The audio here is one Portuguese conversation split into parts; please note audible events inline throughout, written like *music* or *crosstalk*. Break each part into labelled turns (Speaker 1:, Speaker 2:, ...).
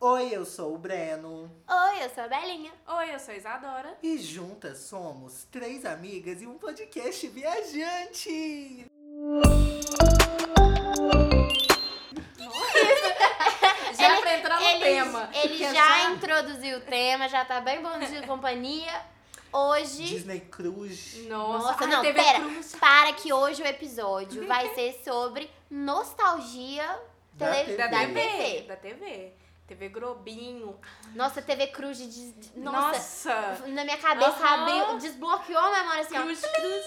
Speaker 1: Oi, eu sou o Breno.
Speaker 2: Oi, eu sou a Belinha.
Speaker 3: Oi, eu sou a Isadora.
Speaker 1: E juntas somos três amigas e um podcast viajante.
Speaker 3: Já pra entrar no
Speaker 2: ele,
Speaker 3: tema. é
Speaker 2: Ele
Speaker 1: Quer
Speaker 2: já
Speaker 1: já?
Speaker 2: introduziu o tema, já tá bem bom de companhia. Hoje.
Speaker 1: Disney Cruz.
Speaker 3: Nossa, ai,
Speaker 2: não,
Speaker 3: teve
Speaker 2: pera.
Speaker 3: cruz.
Speaker 2: Para que hoje o episódio vai ser sobre nostalgia
Speaker 1: Da
Speaker 2: tele-
Speaker 3: Da,
Speaker 1: Da
Speaker 3: TV.
Speaker 2: TV.
Speaker 3: Da TV. TV Globinho.
Speaker 2: Nossa, TV Cruz de. de- de- Nossa.
Speaker 3: Nossa.
Speaker 2: Na minha cabeça
Speaker 3: Aham.
Speaker 2: abriu, desbloqueou a memória assim, ó.
Speaker 3: Cruz, cruz.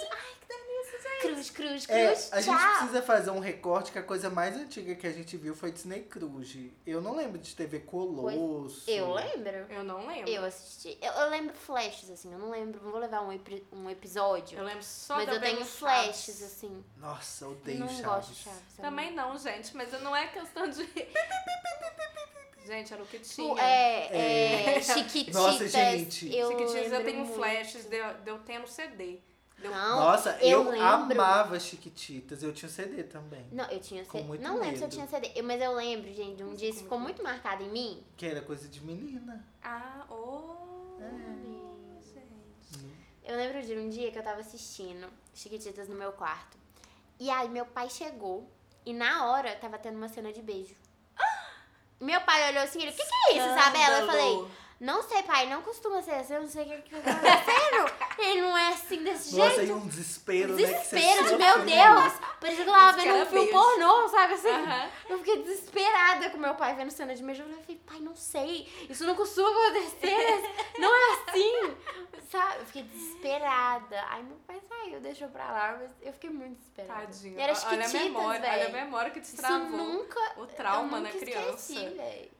Speaker 2: Cruz, cruz, cruz,
Speaker 1: É, a gente
Speaker 2: tchau.
Speaker 1: precisa fazer um recorte que a coisa mais antiga que a gente viu foi Disney Cruz. Eu não lembro de TV Colosso.
Speaker 2: Eu lembro.
Speaker 3: né? Eu não lembro. Eu,
Speaker 2: Eu assisti. Eu, eu lembro flashes, assim. Eu não lembro. Não vou levar um, epi- um episódio.
Speaker 3: lembro só
Speaker 2: Mas
Speaker 3: da
Speaker 2: eu tenho
Speaker 3: Belo
Speaker 2: flashes,
Speaker 3: Chaves.
Speaker 2: assim.
Speaker 1: Nossa, odeio
Speaker 2: não
Speaker 1: Chaves.
Speaker 2: gosto de Chaves.
Speaker 3: Também não, gente. Mas não é questão de... gente, era o que tinha.
Speaker 2: Tipo, é, é,
Speaker 1: É.
Speaker 2: *laughs* Chiquititas.
Speaker 1: Nossa, gente.
Speaker 2: Eu
Speaker 3: Chiquititas eu
Speaker 2: lembro
Speaker 3: tenho
Speaker 2: muito.
Speaker 3: flashes. Deu, deu ter no CD. Deu...
Speaker 2: Não,
Speaker 1: Nossa,
Speaker 2: eu
Speaker 1: eu,
Speaker 2: lembro.
Speaker 1: amava Chiquititas. Eu tinha o CD também.
Speaker 2: Não, eu tinha
Speaker 1: Com
Speaker 2: CD.
Speaker 1: muito
Speaker 2: Não lembro se eu
Speaker 1: medo.
Speaker 2: tinha CD. Eu- Mas eu lembro, gente, um dia isso
Speaker 3: com
Speaker 2: ficou muito
Speaker 3: muito
Speaker 2: marcado em mim.
Speaker 1: Que era coisa de menina.
Speaker 3: Ah, ô...
Speaker 2: Ah.
Speaker 3: gente.
Speaker 2: Eu lembro de um dia que eu tava assistindo Chiquititas no meu quarto. E aí meu pai chegou e na hora tava tendo uma cena de beijo. *gasps* Meu pai olhou assim, ele, o que, que é isso, Isabela? Eu falei,
Speaker 3: Escândalo.
Speaker 2: não sei, pai, não costuma ser assim, eu não sei o que, que tá
Speaker 3: *laughs*
Speaker 2: acontecendo. ele não é assim desse
Speaker 1: Nossa, e
Speaker 2: jeito.
Speaker 1: um desespero, né?
Speaker 2: Desespero,
Speaker 1: que
Speaker 2: de
Speaker 1: você
Speaker 2: meu
Speaker 1: sofre.
Speaker 2: Deus! Parecia que eu tava
Speaker 3: Isso que
Speaker 2: vendo um
Speaker 3: era
Speaker 2: filme
Speaker 3: beijo.
Speaker 2: pornô, sabe assim?
Speaker 3: Aham.
Speaker 2: Eu fiquei desesperada com meu pai vendo cena de beijo. Eu falei, pai, não sei. Isso não costuma acontecer. Não é assim. Sabe? Eu fiquei desesperada. Aí meu pai saiu, deixou pra lá. Mas eu fiquei muito desesperada.
Speaker 3: Tadinho.
Speaker 2: E era
Speaker 3: olha a memória,
Speaker 2: chiquititas,
Speaker 3: olha a
Speaker 2: velho.
Speaker 3: memória que
Speaker 2: Isso
Speaker 3: destravou
Speaker 2: nunca...
Speaker 3: o
Speaker 2: eu
Speaker 3: trauma na
Speaker 2: nunca
Speaker 3: criança.
Speaker 2: esqueci, velho.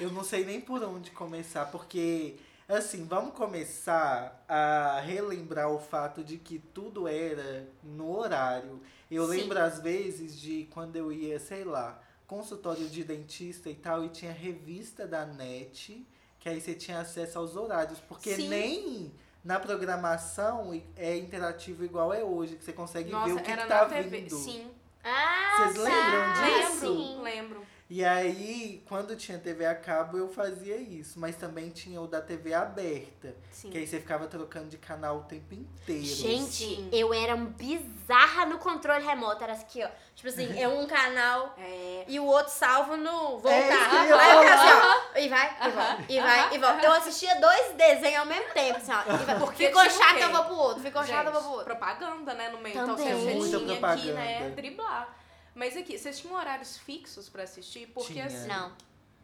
Speaker 1: Eu não sei nem por onde começar, porque, assim, vamos começar a relembrar o fato de que tudo era no horário. Eu
Speaker 2: Sim.
Speaker 1: lembro, às vezes, de quando eu ia, sei lá, consultório de dentista e tal, e tinha revista da NET, que aí você tinha acesso aos horários, porque
Speaker 2: Sim.
Speaker 1: nem. Na programação é interativo igual é hoje, que você consegue ver o
Speaker 3: Nossa,
Speaker 1: que,
Speaker 3: era
Speaker 1: que tá
Speaker 3: na TV.
Speaker 1: vindo.
Speaker 3: Sim.
Speaker 2: Ah,
Speaker 1: Vocês lembram
Speaker 2: tá.
Speaker 1: disso?
Speaker 2: Sim.
Speaker 3: Lembro, lembro.
Speaker 1: E aí, quando tinha TV a cabo, eu fazia isso. Mas também tinha o da TV aberta.
Speaker 3: Sim.
Speaker 1: Que aí você ficava trocando de canal o tempo inteiro.
Speaker 2: Gente,
Speaker 3: Sim.
Speaker 2: eu era um bizarra no controle remoto. Era aqui, ó. Tipo
Speaker 1: Uhum.
Speaker 2: assim, é um canal
Speaker 3: É.
Speaker 2: e o outro salvo no voltar.
Speaker 1: É isso que eu
Speaker 2: Aí
Speaker 1: ia
Speaker 2: eu ficava assim, ó,
Speaker 3: falar.
Speaker 2: E vai, e
Speaker 3: Aham,
Speaker 2: volta, e vai, e volta. Então, Eu assistia dois desenhos ao mesmo tempo, assim, ó. E vai.
Speaker 3: Porque
Speaker 2: Ficou
Speaker 3: tinha o
Speaker 2: chato,
Speaker 3: quê?
Speaker 2: eu vou pro outro. Ficou chato, eu vou pro
Speaker 3: Gente,
Speaker 2: outro.
Speaker 3: propaganda, né, no meio.
Speaker 2: Também.
Speaker 3: Então você
Speaker 1: Muita
Speaker 3: tinha que,
Speaker 1: propaganda.
Speaker 3: né, driblar. Mas aqui, vocês tinham horários fixos pra assistir? Porque
Speaker 1: Tinha.
Speaker 3: assim,
Speaker 2: Não.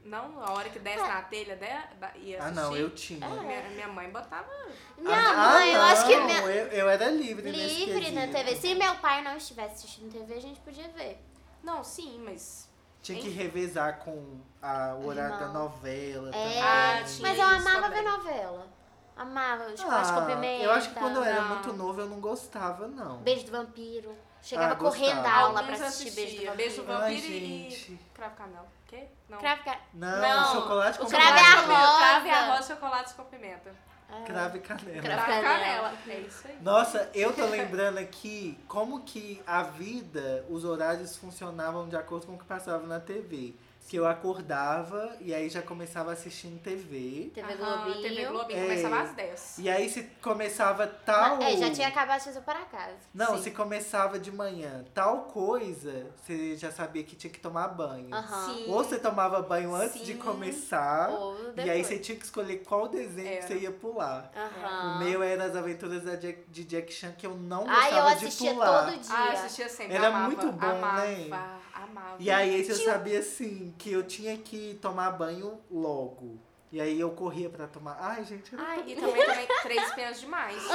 Speaker 3: não, a hora que desce
Speaker 2: Ah.
Speaker 3: na telha de, da, ia
Speaker 1: Ah,
Speaker 3: assistir.
Speaker 1: não, eu
Speaker 2: É.
Speaker 1: tinha.
Speaker 3: Minha, minha mãe botava.
Speaker 2: Não,
Speaker 1: ah,
Speaker 2: mãe, eu acho que
Speaker 1: não,
Speaker 2: minha-
Speaker 1: eu, eu era livre, nesse
Speaker 2: livre na
Speaker 1: quesito.
Speaker 2: TV. Se meu pai não estivesse assistindo TV, a gente podia ver.
Speaker 3: Não, sim, mas.
Speaker 1: Tinha que revezar com a, o horário da
Speaker 2: Irmão.
Speaker 1: novela.
Speaker 2: É,
Speaker 3: Ah,
Speaker 1: também.
Speaker 3: tinha.
Speaker 2: mas eu
Speaker 3: isso
Speaker 2: amava
Speaker 3: também.
Speaker 2: ver novela. Amava, tipo, acho que
Speaker 1: Ah,
Speaker 2: eu pimenta.
Speaker 1: eu acho que quando eu era
Speaker 3: não.
Speaker 1: muito novo, eu não gostava, não.
Speaker 2: Beijo do vampiro. Chegava
Speaker 1: Ah, gostava.
Speaker 2: correndo da aula pra
Speaker 3: Alguns
Speaker 2: assistir Beijo do
Speaker 3: assistia.
Speaker 2: Vampiro.
Speaker 3: Beijo do Vampiro.
Speaker 1: Ai,
Speaker 3: vampiro e-
Speaker 1: gente.
Speaker 3: Cravo Canal. O quê? Não.
Speaker 2: Cravo, cara.
Speaker 1: Não,
Speaker 3: Não,
Speaker 1: chocolate com
Speaker 2: o cravo é
Speaker 1: canela.
Speaker 2: arroz. rosa.
Speaker 3: Crave arroz, chocolates com pimenta.
Speaker 2: Ah.
Speaker 1: Cravo e canela.
Speaker 2: Cravo
Speaker 3: Crave
Speaker 2: e canela.
Speaker 3: canela. É isso aí.
Speaker 1: Nossa, eu
Speaker 2: *laughs*
Speaker 1: tô lembrando aqui como que a vida, os horários funcionavam de acordo com o que passava na TV. Que eu acordava e aí já começava assistindo TV.
Speaker 2: TV
Speaker 3: Aham,
Speaker 2: Globinho.
Speaker 3: TV Globinho.
Speaker 1: É.
Speaker 3: Começava às 10.
Speaker 1: E aí se começava tal.
Speaker 2: É, já tinha acabado de fazer o para casa.
Speaker 1: Não,
Speaker 3: Sim.
Speaker 1: se começava de manhã tal coisa, você já sabia que tinha que tomar banho.
Speaker 2: Aham.
Speaker 3: Sim.
Speaker 1: Ou você tomava banho antes de
Speaker 3: Sim.
Speaker 1: começar.
Speaker 2: Ah, Ou depois.
Speaker 1: Ah, E aí você tinha que escolher qual desenho
Speaker 3: É.
Speaker 1: que você ia pular.
Speaker 2: Aham.
Speaker 1: O meu era as aventuras da Jack- de Jack Chan, que eu não gostava
Speaker 2: Ah. Ai, eu
Speaker 1: de
Speaker 2: assistia
Speaker 1: pular.
Speaker 2: todo dia.
Speaker 3: Ah, assistia sempre.
Speaker 1: Era
Speaker 3: amava,
Speaker 1: muito bom,
Speaker 3: amava,
Speaker 1: né?
Speaker 3: Amava.
Speaker 1: E aí esse eu
Speaker 3: um
Speaker 1: sabia assim que eu tinha que tomar banho logo. E aí eu corria pra tomar. Ai, gente, eu não-
Speaker 3: Ai, e também, também três espinhas demais.
Speaker 1: e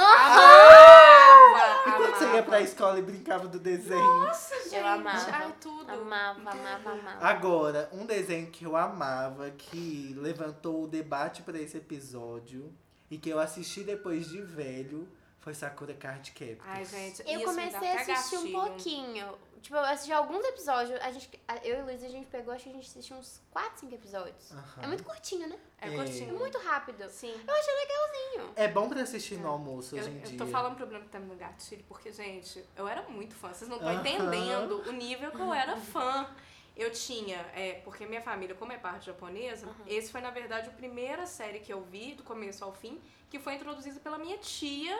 Speaker 3: Amava!
Speaker 1: quando você ia pra
Speaker 3: amava.
Speaker 1: escola e brincava do desenho?
Speaker 3: Nossa, gente.
Speaker 2: Eu amava.
Speaker 3: Ai, tudo. Ah,
Speaker 2: Amava, amava, amava.
Speaker 1: Agora, um desenho que eu amava, que levantou o debate pra esse episódio e que eu assisti depois de velho, foi Sakura Card Captors.
Speaker 3: Ai,
Speaker 1: Ah,
Speaker 3: gente.
Speaker 2: Eu
Speaker 3: isso me
Speaker 2: comecei
Speaker 3: dá
Speaker 2: a
Speaker 3: até
Speaker 2: assistir um
Speaker 3: gatilho.
Speaker 2: pouquinho. Tipo, eu assisti alguns episódios. A gente, a- eu e o Luiz, a gente pegou, acho que a gente assistiu uns 4, 5 episódios.
Speaker 1: Aham.
Speaker 2: É muito curtinho, né?
Speaker 3: É
Speaker 1: É.
Speaker 2: É
Speaker 3: curtinho.
Speaker 2: muito rápido.
Speaker 3: Sim.
Speaker 2: Eu achei legalzinho.
Speaker 1: É bom pra assistir no almoço
Speaker 3: Eu,
Speaker 1: hoje em
Speaker 3: eu
Speaker 1: dia.
Speaker 3: tô falando pro Bruno que tá me dando gatilho, porque, gente, eu era muito fã. Vocês não estão
Speaker 1: Aham.
Speaker 3: entendendo o nível que eu era fã. Eu tinha, é, porque minha família, como é parte japonesa,
Speaker 2: Aham.
Speaker 3: esse foi, na verdade, a primeira série que eu vi, do começo ao fim, que foi introduzida pela minha tia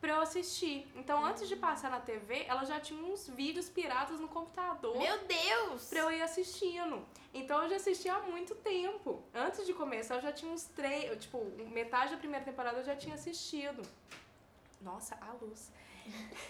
Speaker 3: pra eu assistir. Então, antes de passar na TV, ela já tinha uns vídeos piratas no computador
Speaker 2: Meu Deus!
Speaker 3: pra eu ir assistindo. Então eu já assisti há muito tempo. Antes de começar, eu já tinha uns três. eu, Tipo, metade da primeira temporada eu já tinha assistido. Nossa, a luz. *laughs*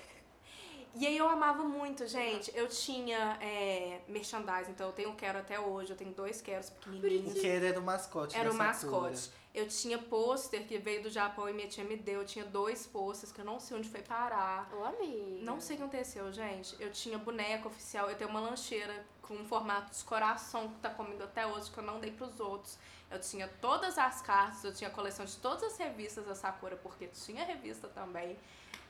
Speaker 3: E aí eu amava muito, gente. Eu tinha é, merchandising, então eu tenho um quero até hoje, eu tenho dois queros pequenininhos.
Speaker 1: O Kera era o mascote
Speaker 3: Era o
Speaker 1: da Sakura.
Speaker 3: mascote. Eu tinha pôster que veio do Japão e minha tia me deu. Eu tinha dois posters que eu não sei onde foi parar.
Speaker 2: Ô, amiga.
Speaker 3: Não sei o que aconteceu, gente. Eu tinha boneca oficial, eu tenho uma lancheira com um formato de coração que tá comigo até hoje, que eu não dei pros outros. Eu tinha todas as cartas, eu tinha a coleção de todas as revistas da Sakura, porque tinha revista também.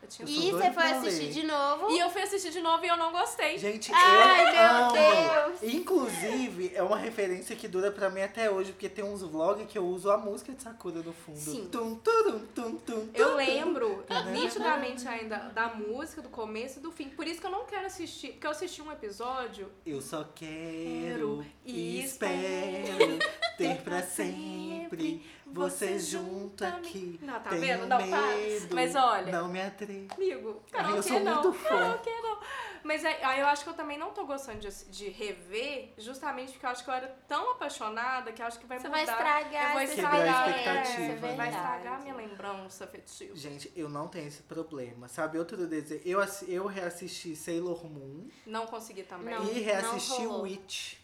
Speaker 3: Eu tinha
Speaker 1: Eu sou
Speaker 2: E
Speaker 1: doida
Speaker 2: você foi
Speaker 1: pra
Speaker 2: assistir
Speaker 1: ler.
Speaker 2: de novo?
Speaker 3: E eu fui assistir de novo e eu não gostei.
Speaker 1: Gente,
Speaker 2: Ai,
Speaker 1: eu
Speaker 2: meu
Speaker 1: amo. Inclusive, é uma referência que dura pra mim até hoje, porque tem uns vlogs que eu uso a música de Sakura no fundo.
Speaker 3: Sim.
Speaker 1: Tum, turum, tum, tum,
Speaker 3: Eu
Speaker 1: tum,
Speaker 3: lembro
Speaker 1: Tá vendo?
Speaker 3: nitidamente ainda da música, do começo e do fim. Por isso que eu não quero assistir. Porque eu assisti um episódio
Speaker 1: Eu só quero
Speaker 3: e
Speaker 1: e espero ter pra sempre você junto aqui.
Speaker 3: Não, tá
Speaker 1: Tenho
Speaker 3: vendo? Não, para.
Speaker 1: medo,
Speaker 3: Mas olha.
Speaker 1: Não me atrevo.
Speaker 3: Amigo,
Speaker 1: Amiga, eu
Speaker 3: karaokê
Speaker 1: sou
Speaker 3: não.
Speaker 1: muito fã.
Speaker 3: Karaokê não. Mas aí aí eu acho que eu também não tô gostando de, de rever, justamente porque eu acho que eu era tão apaixonada que eu acho que vai
Speaker 2: Você vai
Speaker 3: mudar.
Speaker 2: estragar,
Speaker 3: eu vou
Speaker 2: você
Speaker 1: Quebrar a
Speaker 3: estragar,
Speaker 2: vai-
Speaker 1: expectativa.
Speaker 2: É, isso é
Speaker 3: vai estragar
Speaker 2: verdade.
Speaker 3: minha lembrança afetiva.
Speaker 1: Gente, eu não tenho esse problema. Sabe, outro desejo. Eu, assi- eu reassisti Sailor Moon
Speaker 3: Não consegui também.
Speaker 2: Não.
Speaker 1: e reassisti
Speaker 2: não rolou.
Speaker 1: Witch.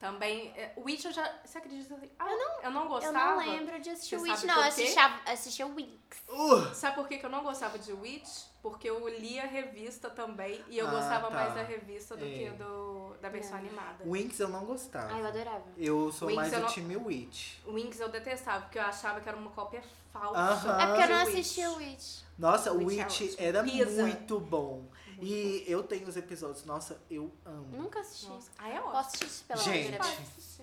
Speaker 3: Também, é, Witch eu já, você acredita? que- Ah, eu não,
Speaker 2: Eu
Speaker 3: gostava.
Speaker 2: não lembro de assistir
Speaker 3: Você
Speaker 2: Witch,
Speaker 3: sabe
Speaker 2: não.
Speaker 3: por
Speaker 2: Eu
Speaker 3: quê?
Speaker 2: assistia, assistia Wix.
Speaker 1: Uh!
Speaker 3: Sabe por que que eu não gostava de Witch? Porque eu lia a revista também e eu
Speaker 1: Ah,
Speaker 3: gostava
Speaker 1: tá.
Speaker 3: mais da revista do
Speaker 1: É.
Speaker 3: que do, da versão
Speaker 2: É.
Speaker 3: animada.
Speaker 1: Winx eu não gostava.
Speaker 2: Ai, eu adorava.
Speaker 1: Eu sou
Speaker 3: Winx
Speaker 1: mais
Speaker 3: eu
Speaker 1: do
Speaker 3: não-
Speaker 1: time Witch.
Speaker 3: Winx eu detestava, porque eu achava que era uma cópia falsa.
Speaker 1: Aham.
Speaker 2: É porque eu não
Speaker 3: de Witch.
Speaker 2: assistia Witch.
Speaker 1: Nossa,
Speaker 3: Witch é
Speaker 1: Witch
Speaker 3: ótimo.
Speaker 1: era
Speaker 3: Pisa.
Speaker 1: muito bom. E eu tenho os episódios. Nossa, eu amo.
Speaker 2: Nunca assisti.
Speaker 3: Nossa, ah, é ótimo.
Speaker 2: Posso assistir pela
Speaker 1: Gente.
Speaker 2: primeira vez.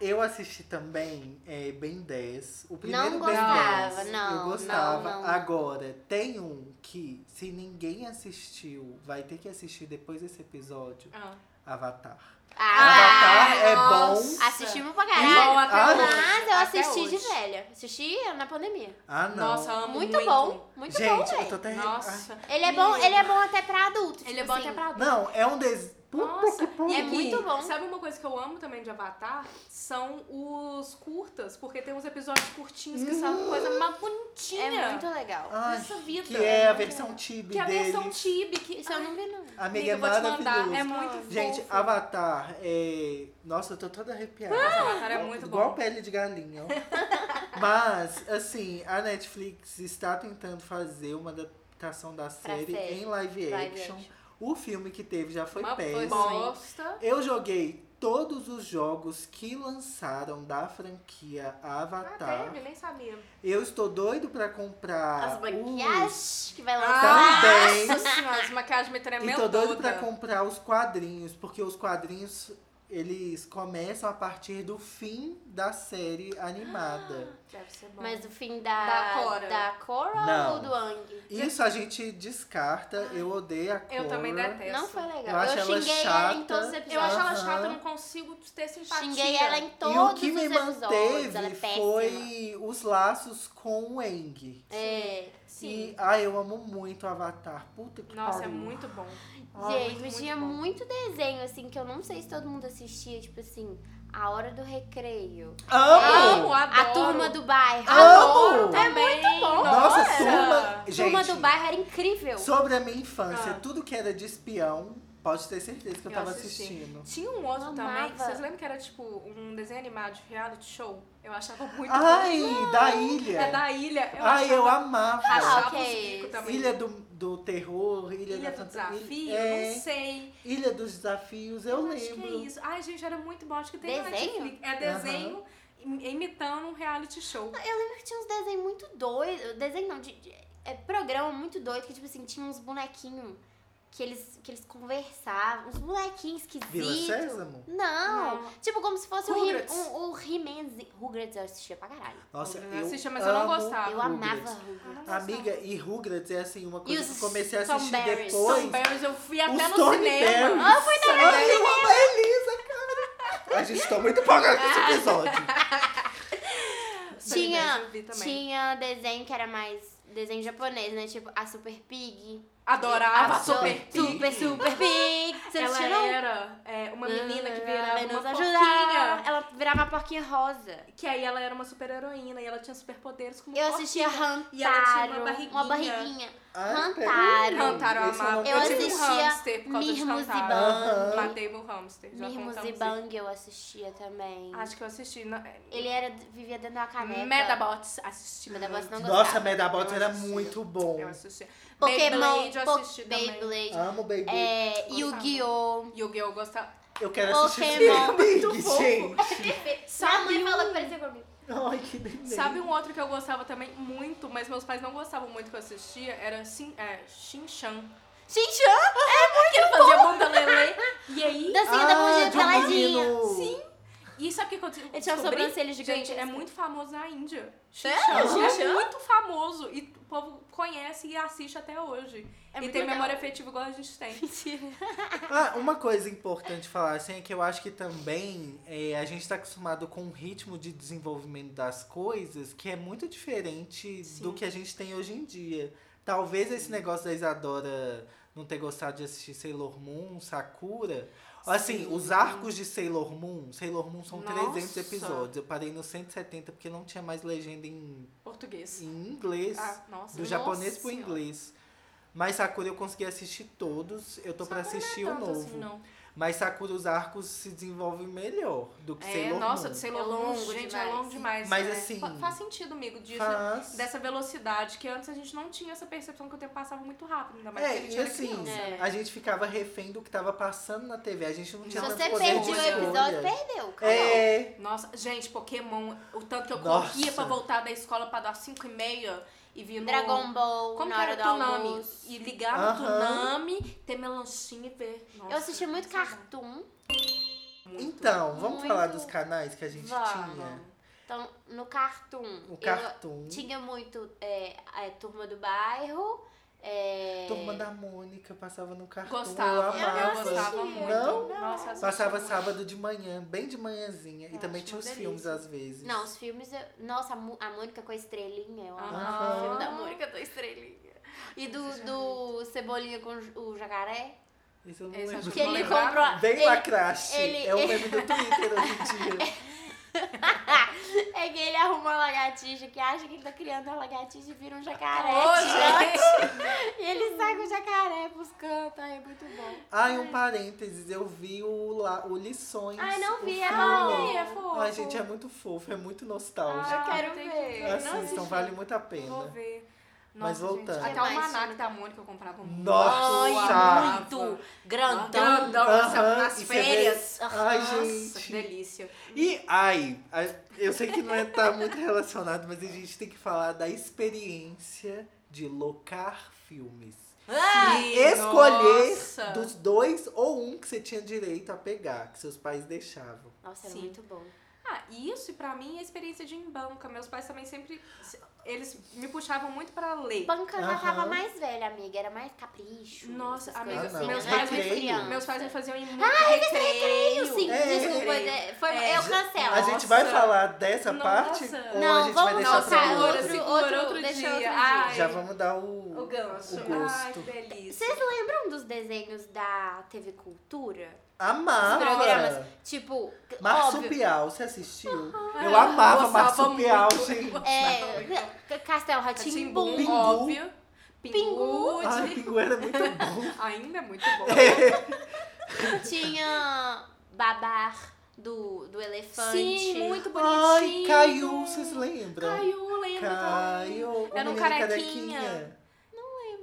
Speaker 1: Eu assisti também é, Ben 10. O primeiro
Speaker 2: Não
Speaker 1: Ben
Speaker 2: gostava,
Speaker 1: 10.
Speaker 2: não,
Speaker 1: Eu gostava.
Speaker 2: não, não.
Speaker 1: Agora, tem um que, se ninguém assistiu, vai ter que assistir depois desse episódio.
Speaker 3: Ah.
Speaker 1: Avatar.
Speaker 3: tá.
Speaker 2: Ah,
Speaker 1: Avatar é
Speaker 3: nossa. É
Speaker 1: bom.
Speaker 2: assistimos pra caralho.
Speaker 3: Bom até
Speaker 1: Ah,
Speaker 3: hoje.
Speaker 2: Mas eu
Speaker 3: Até
Speaker 2: assisti de
Speaker 3: hoje.
Speaker 2: velha. Assisti na pandemia.
Speaker 1: Ah, não.
Speaker 3: Nossa, é amo
Speaker 2: Muito, bom, muito bom,
Speaker 1: Gente, eu tô
Speaker 2: velho.
Speaker 1: até.
Speaker 3: Nossa.
Speaker 2: Ele é bom,
Speaker 3: Menina.
Speaker 2: ele é bom até pra adulto. tipo
Speaker 3: Ele é bom
Speaker 2: assim.
Speaker 3: até pra
Speaker 1: Ai, Não, é um des. Puta que
Speaker 3: Nossa,
Speaker 1: pariu.
Speaker 2: e é muito bom.
Speaker 3: Sabe uma coisa que eu amo também de Avatar? São os curtas, porque tem uns episódios curtinhos que são coisa mais bonitinha.
Speaker 2: É muito legal.
Speaker 1: Ai,
Speaker 3: Dessa vida.
Speaker 1: que é a
Speaker 3: muito
Speaker 1: versão
Speaker 3: legal.
Speaker 1: Tibi
Speaker 3: Que é a
Speaker 1: dele.
Speaker 3: versão Tibi. Que...
Speaker 2: Isso eu não vi, não.
Speaker 1: Amiga, é
Speaker 3: eu vou te mandar.
Speaker 1: maravilhoso.
Speaker 3: É muito
Speaker 1: Gente,
Speaker 3: fofo.
Speaker 1: Avatar é. Nossa, eu tô toda arrepiada.
Speaker 3: Avatar é muito
Speaker 1: Igual
Speaker 3: bom.
Speaker 1: pele de galinha.
Speaker 3: *laughs*
Speaker 1: ó. Mas, assim, a Netflix está tentando fazer uma adaptação da série
Speaker 2: série.
Speaker 1: em live,
Speaker 2: Live
Speaker 1: action.
Speaker 2: action.
Speaker 1: O filme que teve já foi
Speaker 3: Uma
Speaker 1: péssimo.
Speaker 3: bosta.
Speaker 1: Eu joguei todos os jogos que lançaram da franquia
Speaker 3: Ah,
Speaker 1: Avatar.
Speaker 3: teve, nem sabia.
Speaker 1: Eu estou doido pra comprar
Speaker 2: As
Speaker 1: os...
Speaker 2: maquiagens que vai
Speaker 3: Ah,
Speaker 2: lançar.
Speaker 1: Também.
Speaker 3: Nossa senhora, as maquiagens me
Speaker 1: E
Speaker 3: tremendo
Speaker 1: tô doido
Speaker 3: toda.
Speaker 1: pra comprar os quadrinhos, porque os quadrinhos eles começam a partir do fim da série animada.
Speaker 3: Deve ser bom.
Speaker 2: Mas o fim da.
Speaker 3: Da Cora.
Speaker 2: da Cora
Speaker 1: Não.
Speaker 2: ou do Ang?
Speaker 1: Isso a gente descarta, eu odeio a Cora.
Speaker 3: Ah, Eu também detesto.
Speaker 2: Não foi legal.
Speaker 1: Eu acho ela
Speaker 2: xinguei
Speaker 1: chata.
Speaker 2: ela em todos os episódios.
Speaker 3: Eu acho ela
Speaker 1: Aham.
Speaker 3: chata, eu não consigo ter simpatia.
Speaker 2: Xinguei ela em todos
Speaker 1: E o que
Speaker 2: os
Speaker 1: me
Speaker 2: episódios.
Speaker 1: manteve
Speaker 2: ela é péssima.
Speaker 1: foi os laços com o Eng.
Speaker 2: É.
Speaker 3: Sim.
Speaker 1: E, ai, eu amo muito o Avatar. Puta que
Speaker 3: Nossa, é
Speaker 1: pariu.
Speaker 3: muito bom.
Speaker 1: Ai,
Speaker 2: Gente, mas tinha
Speaker 3: bom.
Speaker 2: muito desenho, assim, que eu não sei se todo mundo assistia, tipo assim, A Hora do Recreio.
Speaker 1: Amo!
Speaker 3: Amo, adoro.
Speaker 2: A Turma do Bairro.
Speaker 1: Amo!
Speaker 2: É muito bom!
Speaker 1: Nossa,
Speaker 3: Nossa!
Speaker 1: turma... Gente,
Speaker 2: Turma do Bairro era incrível.
Speaker 1: sobre a minha infância,
Speaker 3: Ah.
Speaker 1: tudo que era de espião, pode ter certeza que eu,
Speaker 3: Eu
Speaker 1: tava
Speaker 3: assisti.
Speaker 1: assistindo.
Speaker 3: Tinha um outro
Speaker 2: Eu
Speaker 3: também,
Speaker 2: amava.
Speaker 3: que vocês lembram que era tipo um desenho animado de reality show? Eu achava muito
Speaker 1: Ai, da
Speaker 3: bom.
Speaker 1: ilha!
Speaker 3: É da ilha. Eu
Speaker 1: Ai,
Speaker 3: achava,
Speaker 1: eu amava.
Speaker 3: achava
Speaker 2: Ah, ok.
Speaker 3: os bicos também.
Speaker 1: Ilha do, do Terror, Ilha,
Speaker 3: Ilha
Speaker 1: da
Speaker 3: do
Speaker 1: Fanta-
Speaker 3: Desafio?
Speaker 1: É,
Speaker 3: Não sei.
Speaker 1: Ilha dos Desafios, eu,
Speaker 3: acho que é
Speaker 1: lembro.
Speaker 3: isso. Ai, gente, era muito bom. Acho que tem na
Speaker 2: Desenho?
Speaker 3: Netflix. É desenho im- imitando um reality show.
Speaker 2: Porque tinha uns desenhos muito doidos. Desenho não, de, de- é programa muito doido, que tipo assim, tinha uns bonequinhos que eles, que eles conversavam, uns bonequinhos
Speaker 1: Vila
Speaker 2: esquisitos.
Speaker 1: Sésamo?
Speaker 2: Não.
Speaker 3: Não.
Speaker 2: Tipo, como se fosse o He-
Speaker 3: Rugrats.
Speaker 2: um, o He-Manzinho. Rugrats eu assistia pra caralho.
Speaker 1: Nossa,
Speaker 3: Eu
Speaker 1: eu
Speaker 3: assistia, mas eu não
Speaker 1: amo
Speaker 3: gostava. Ah,
Speaker 2: eu
Speaker 1: Rugrats.
Speaker 2: amava Rugrats.
Speaker 1: Amiga, e Rugrats é assim, uma coisa
Speaker 2: os
Speaker 1: que eu comecei a assistir
Speaker 2: Tom Berries.
Speaker 1: depois.
Speaker 3: Tom Berries, eu fui até
Speaker 1: os
Speaker 3: no
Speaker 1: Tony
Speaker 3: cinema.
Speaker 1: Berries.
Speaker 2: Ah, foi
Speaker 1: Ai, eu amo a Elisa, cara. A gente tá muito empolgada com esse episódio.
Speaker 2: Tinha,
Speaker 3: Eu vi também.
Speaker 2: tinha desenho que era mais desenho japonês, né? Tipo, a Super Pig.
Speaker 3: Adorava
Speaker 2: a
Speaker 3: Super Pig.
Speaker 2: Super, super *laughs* Pig. Você
Speaker 3: Ela
Speaker 2: assistiu, não?
Speaker 3: era é, uma menina que
Speaker 2: Ela
Speaker 3: virava uma
Speaker 2: nos
Speaker 3: porquinha.
Speaker 2: Ela virava uma porquinha rosa.
Speaker 3: Que aí ela era uma super heroína e ela tinha superpoderes como
Speaker 2: Eu
Speaker 3: porquinha.
Speaker 2: assistia Hantaro.
Speaker 3: E ela tinha uma barriguinha.
Speaker 2: Uma barriguinha.
Speaker 1: *laughs* Ai,
Speaker 2: Hantaro.
Speaker 1: peraí. Esse é
Speaker 3: Hantaro
Speaker 1: o
Speaker 3: amava.
Speaker 1: nome
Speaker 2: Eu
Speaker 1: do
Speaker 3: tive um
Speaker 1: time.
Speaker 2: assistia
Speaker 3: hamster por causa de
Speaker 2: Mirmos e
Speaker 3: Hantaro.
Speaker 1: Bang.
Speaker 3: Matei meu hamster. já
Speaker 2: Mirmos e
Speaker 3: contamos isso.
Speaker 2: Bang eu assistia também.
Speaker 3: um Acho que eu assisti. Na...
Speaker 2: Ele era, vivia dentro de uma caneca.
Speaker 3: Medabots. Assisti
Speaker 2: Medabots né, tá. não gostava.
Speaker 1: Nossa, Medabots
Speaker 3: Eu
Speaker 1: era
Speaker 3: assistia.
Speaker 1: muito bom.
Speaker 3: Eu assisti.
Speaker 2: Pokémon.
Speaker 3: Beyblade eu
Speaker 2: Po-
Speaker 3: assisti também.
Speaker 2: Beyblade.
Speaker 1: Amo Baby.
Speaker 2: É,
Speaker 3: Gostava.
Speaker 2: Yu-Gi-Oh!
Speaker 3: Yu-Gi-Oh! gostava.
Speaker 1: Eu quero assistir
Speaker 2: Pokémon.
Speaker 1: Baby,
Speaker 3: Muito fofo.
Speaker 1: gente.
Speaker 2: Minha mãe
Speaker 3: um-
Speaker 2: falou que parecia comigo.
Speaker 1: Ai, que delícia.
Speaker 3: Sabe um outro que eu gostava também muito, mas meus pais não gostavam muito que eu assistia? Era Shin, é, Shin Chan.
Speaker 2: Xinxan!
Speaker 3: Que eu fazia bunda lelê.
Speaker 2: *laughs*
Speaker 3: E aí...
Speaker 2: Dancinha da bundinha
Speaker 1: de um
Speaker 2: peladinha.
Speaker 1: menino.
Speaker 3: Sim. E sabe o que aconteceu?
Speaker 2: Ele tinha uma sobrancelha gigante. assim.
Speaker 3: Gente, é muito famoso na Índia.
Speaker 2: Sério?
Speaker 3: Shin Chan
Speaker 2: Shin
Speaker 3: É muito famoso. E o povo conhece e assiste até hoje.
Speaker 2: É
Speaker 3: e
Speaker 2: muito
Speaker 3: tem
Speaker 2: legal.
Speaker 3: memória afetiva igual a gente tem.
Speaker 1: Ah, uma coisa importante falar assim é que eu acho que também é, a gente tá acostumado com um ritmo de desenvolvimento das coisas que é muito diferente
Speaker 3: Sim.
Speaker 1: do que a gente tem hoje em dia. Talvez esse negócio da Isadora não ter gostado de assistir Sailor Moon, Sakura. Assim,
Speaker 3: Sim.
Speaker 1: os arcos de Sailor Moon, Sailor Moon são
Speaker 3: Nossa.
Speaker 1: 300 episódios. Eu parei no 170 porque não tinha mais legenda em,
Speaker 3: Português.
Speaker 1: em inglês.
Speaker 3: Ah, nossa.
Speaker 1: Do
Speaker 3: nossa
Speaker 1: japonês pro
Speaker 3: senhora.
Speaker 1: inglês. Mas Sakura eu consegui assistir todos. Eu tô pra
Speaker 3: Sakura não é
Speaker 1: assistir o
Speaker 3: tanto
Speaker 1: novo.
Speaker 3: assim, não.
Speaker 1: Mas Sakura os arcos se desenvolvem melhor do que
Speaker 3: É,
Speaker 1: Sailor
Speaker 3: nossa,
Speaker 1: Moon.
Speaker 3: Sailor
Speaker 2: É
Speaker 3: Moon,
Speaker 2: longo
Speaker 3: gente, é
Speaker 2: demais.
Speaker 3: longo demais.
Speaker 1: Mas
Speaker 3: né?
Speaker 1: assim-
Speaker 3: Fa- faz sentido, amigo, disso,
Speaker 1: Faz.
Speaker 3: dessa velocidade, que antes a gente não tinha essa percepção que o tempo passava muito rápido, ainda mais que a
Speaker 1: É,
Speaker 3: gente
Speaker 1: e
Speaker 3: era
Speaker 1: assim,
Speaker 3: criança.
Speaker 2: né?
Speaker 1: a gente ficava refém do que tava passando na TV. A gente não
Speaker 3: Se
Speaker 1: tinha
Speaker 2: Se
Speaker 1: tanto
Speaker 2: você
Speaker 1: poder
Speaker 2: perdeu
Speaker 1: de
Speaker 2: o
Speaker 3: escolha.
Speaker 2: episódio, perdeu. cara.
Speaker 1: É,
Speaker 3: Nossa, gente, Pokémon, o tanto que eu
Speaker 1: Nossa.
Speaker 3: corria pra voltar da escola pra dar 5 e meia e vir no...
Speaker 2: Dragon Ball,
Speaker 3: Como
Speaker 2: na
Speaker 3: que
Speaker 2: hora
Speaker 3: era
Speaker 2: do
Speaker 3: o Tunami?
Speaker 2: almoço.
Speaker 3: E ligar no
Speaker 1: Aham.
Speaker 3: Tunami, ter melanchinho e ver. Nossa,
Speaker 2: Eu assisti muito
Speaker 3: saudade.
Speaker 2: cartoon.
Speaker 3: Muito.
Speaker 1: então, vamos
Speaker 2: Muito.
Speaker 1: falar dos canais que a gente
Speaker 2: Vamos.
Speaker 1: tinha.
Speaker 2: Então, no cartoon,
Speaker 1: O
Speaker 2: eu
Speaker 1: Cartoon,
Speaker 2: tinha muito é, a Turma do Bairro. É...
Speaker 1: Turma da Mônica, passava no Cartoon, eu
Speaker 3: Gostava, eu,
Speaker 1: amava.
Speaker 3: gostava
Speaker 2: assistia.
Speaker 3: muito.
Speaker 1: Não?
Speaker 3: Nossa, eu assistia
Speaker 1: Passava
Speaker 3: muito.
Speaker 1: sábado de manhã, bem de manhãzinha. e
Speaker 3: Eu
Speaker 1: também
Speaker 3: acho
Speaker 1: tinha
Speaker 3: uma
Speaker 1: os filmes
Speaker 3: delícia.
Speaker 1: às vezes.
Speaker 2: Não, os filmes. eu- Nossa, a Mu- a Mônica com a estrelinha. Eu amava
Speaker 3: Aham.
Speaker 2: o filme da Mônica com a estrelinha. E do, do Cebolinha com o jacaré.
Speaker 1: Isso eu não
Speaker 3: Esse eu acho
Speaker 1: lembro.
Speaker 2: Que ele
Speaker 3: lembrar.
Speaker 2: comprou. a-
Speaker 1: Bem
Speaker 2: ele-
Speaker 1: lacraste.
Speaker 2: ele-
Speaker 1: É o meme do Twitter hoje em dia.
Speaker 2: *laughs* É que ele arruma uma lagartixa que acha que ele tá criando a lagartixa e vira um jacaré.
Speaker 3: Ô, gente!
Speaker 2: E ele sai com o jacaré pros cantos. Ai, é muito bom.
Speaker 1: Ai, um parênteses, eu vi o, La- o Lições.
Speaker 2: Ai, não
Speaker 1: o
Speaker 2: vi, é
Speaker 1: filme.
Speaker 2: bom.
Speaker 3: Ai, é fofo.
Speaker 1: Ai, gente, é muito fofo, é muito nostálgico.
Speaker 2: Ah, eu quero
Speaker 3: tem
Speaker 2: ver.
Speaker 3: eu não
Speaker 1: Assistam,
Speaker 3: assisti.
Speaker 1: vale muito a
Speaker 3: Vou
Speaker 1: pena.
Speaker 3: ver.
Speaker 1: Mas
Speaker 3: Nossa,
Speaker 1: voltando.
Speaker 3: Gente, até
Speaker 2: Demais,
Speaker 3: o Manac da Mônica eu comprava muito.
Speaker 1: Nossa!
Speaker 2: Ai, muito grandão.
Speaker 3: Grandão,
Speaker 1: Aham,
Speaker 3: nas
Speaker 1: e você vê-
Speaker 3: férias.
Speaker 1: Ai,
Speaker 2: Nossa,
Speaker 3: Nossa, que
Speaker 1: gente.
Speaker 3: delícia.
Speaker 1: E, ai, a- eu sei que não é, tá muito relacionado, mas a gente tem que falar da experiência de locar filmes.
Speaker 3: Ai,
Speaker 1: e escolher
Speaker 3: nossa.
Speaker 1: dos dois ou um que você tinha direito a pegar, que seus pais deixavam.
Speaker 2: Nossa, era
Speaker 3: Sim.
Speaker 2: muito bom.
Speaker 3: Ah, isso pra mim é experiência de ir em banca. Meus pais também sempre. Eles me puxavam muito pra ler.
Speaker 2: Banca já tava
Speaker 1: Aham.
Speaker 2: mais velha, amiga. Era mais capricho.
Speaker 3: Nossa,
Speaker 2: essas
Speaker 3: amiga,
Speaker 2: coisas
Speaker 1: Ah,
Speaker 2: assim,
Speaker 1: não.
Speaker 3: meus,
Speaker 2: né?
Speaker 3: pais
Speaker 1: Recreio.
Speaker 3: me,
Speaker 2: Criança.
Speaker 3: meus pais me faziam ir muito É ah, recreio.
Speaker 2: Eu sim,
Speaker 1: É.
Speaker 2: desculpa. é, Foi,
Speaker 3: É.
Speaker 2: Eu cancelo.
Speaker 1: A gente vai falar dessa
Speaker 3: Nossa.
Speaker 1: parte? Ou a
Speaker 2: Não,
Speaker 1: gente
Speaker 2: vamos
Speaker 1: vai deixar
Speaker 2: voltar
Speaker 1: pra
Speaker 2: outro- assim.
Speaker 1: outra?
Speaker 3: segura
Speaker 2: outro-
Speaker 3: outro
Speaker 2: deixa
Speaker 3: dia.
Speaker 2: outro dia.
Speaker 3: Ai,
Speaker 1: Já vamos dar o,
Speaker 3: O gancho.
Speaker 1: o gosto.
Speaker 3: Ai, que delícia.
Speaker 2: Vocês lembram dos desenhos da TV Cultura?
Speaker 1: Amava.
Speaker 2: Os programas. Tipo, óbvio.
Speaker 1: Marsupial, você assistiu? Eu
Speaker 3: Ah,
Speaker 1: amava
Speaker 3: gostava *laughs*
Speaker 1: Marsupial,
Speaker 3: muito.
Speaker 1: gente.
Speaker 2: É, C- Castelo
Speaker 3: Timbum,
Speaker 2: Ratimbum.
Speaker 1: Pingu.
Speaker 3: óbvio.
Speaker 2: Pingu.
Speaker 1: Ai,
Speaker 3: Pingude.
Speaker 1: Pingu era
Speaker 3: *laughs*
Speaker 1: muito bom.
Speaker 3: Ainda é muito bom.
Speaker 2: Tinha Babar do, do Elefante.
Speaker 3: Sim, muito bonitinho.
Speaker 1: Ai, Caiu, vocês lembram?
Speaker 3: Caiu, lembra?
Speaker 1: Caiu. o
Speaker 3: Era um
Speaker 1: menino
Speaker 3: carequinha.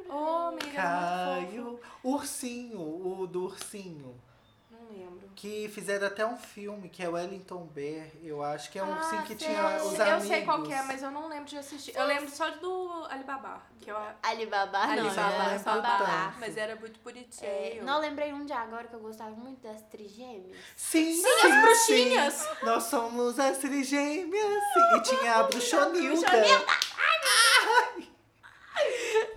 Speaker 3: Oh, amiga, era muito fofo.
Speaker 1: Caiu. Ursinho, o do ursinho.
Speaker 3: Não lembro.
Speaker 1: Que fizeram até um filme, que é Wellington Bear, eu acho. Que é um
Speaker 3: Ah,
Speaker 1: ursinho que
Speaker 3: sei.
Speaker 1: tinha os amigos.
Speaker 3: Eu sei qual que é, mas eu não lembro de assistir. Eu lembro só do Alibaba, que eu
Speaker 2: Alibaba, Ah, não.
Speaker 3: Alibaba,
Speaker 2: era
Speaker 1: é
Speaker 2: só
Speaker 1: Babá.
Speaker 2: Babá.
Speaker 1: tanto.
Speaker 3: mas era muito bonitinho.
Speaker 2: É, não lembrei um de agora que eu gostava muito das trigêmeas.
Speaker 1: Sim, sim,
Speaker 3: Sim, as bruxinhas.
Speaker 1: sim. Nós somos as trigêmeas. sim. E tinha a bruxonilda.
Speaker 2: Bruxonilda.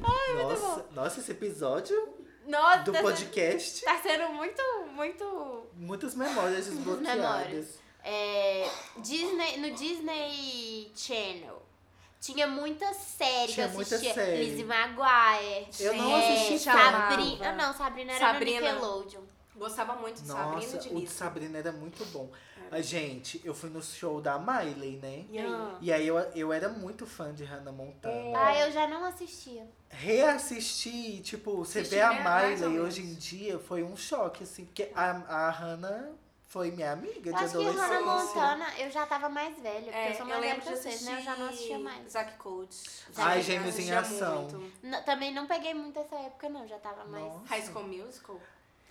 Speaker 1: Ai, nossa, nossa, esse episódio
Speaker 2: Nossa,
Speaker 1: do
Speaker 2: tá sendo-
Speaker 1: podcast.
Speaker 2: tá sendo muito, muito
Speaker 1: Muitas memórias desbloqueadas.
Speaker 2: memórias. É, Disney, no Disney Channel tinha muita série
Speaker 1: Tinha
Speaker 2: que eu
Speaker 1: muita
Speaker 2: assistia.
Speaker 1: série.
Speaker 2: Lizzie Maguire.
Speaker 1: Eu não
Speaker 2: é,
Speaker 1: assisti
Speaker 3: chamava.
Speaker 2: Sabrina. Ah, Eu não, Sabrina era
Speaker 3: Sabrina.
Speaker 2: no Nickelodeon.
Speaker 3: Gostava muito de Sabrina
Speaker 1: Nossa,
Speaker 3: e de É.
Speaker 1: o de
Speaker 3: Lisa.
Speaker 1: Sabrina era muito bom. Ah, Gente, eu fui no show da Miley, né?
Speaker 3: E aí?
Speaker 2: Ah.
Speaker 1: E aí eu, eu era muito fã de Hannah Montana.
Speaker 2: Ah, eu já não assistia.
Speaker 1: Reassistir, tipo, você
Speaker 3: Assistir,
Speaker 1: vê a
Speaker 3: né? Mais ou
Speaker 1: Miley
Speaker 3: menos.
Speaker 1: hoje em dia foi um choque, assim, porque a, a Hannah foi minha amiga
Speaker 2: Eu
Speaker 1: de
Speaker 2: acho que Hannah
Speaker 1: adolescência.
Speaker 2: Montana, eu já tava mais velha, porque
Speaker 3: É,
Speaker 2: eu sou mais velha que
Speaker 3: lembro de
Speaker 2: vocês, né? Eu já não assistia mais.
Speaker 3: Zack Codes.
Speaker 1: Ai,
Speaker 2: Zack
Speaker 1: Gêmeos em
Speaker 3: Assistia
Speaker 1: Ação.
Speaker 3: muito.
Speaker 2: N- também não peguei muito essa época, não, já tava mais.
Speaker 1: Nossa.
Speaker 3: High School Musical.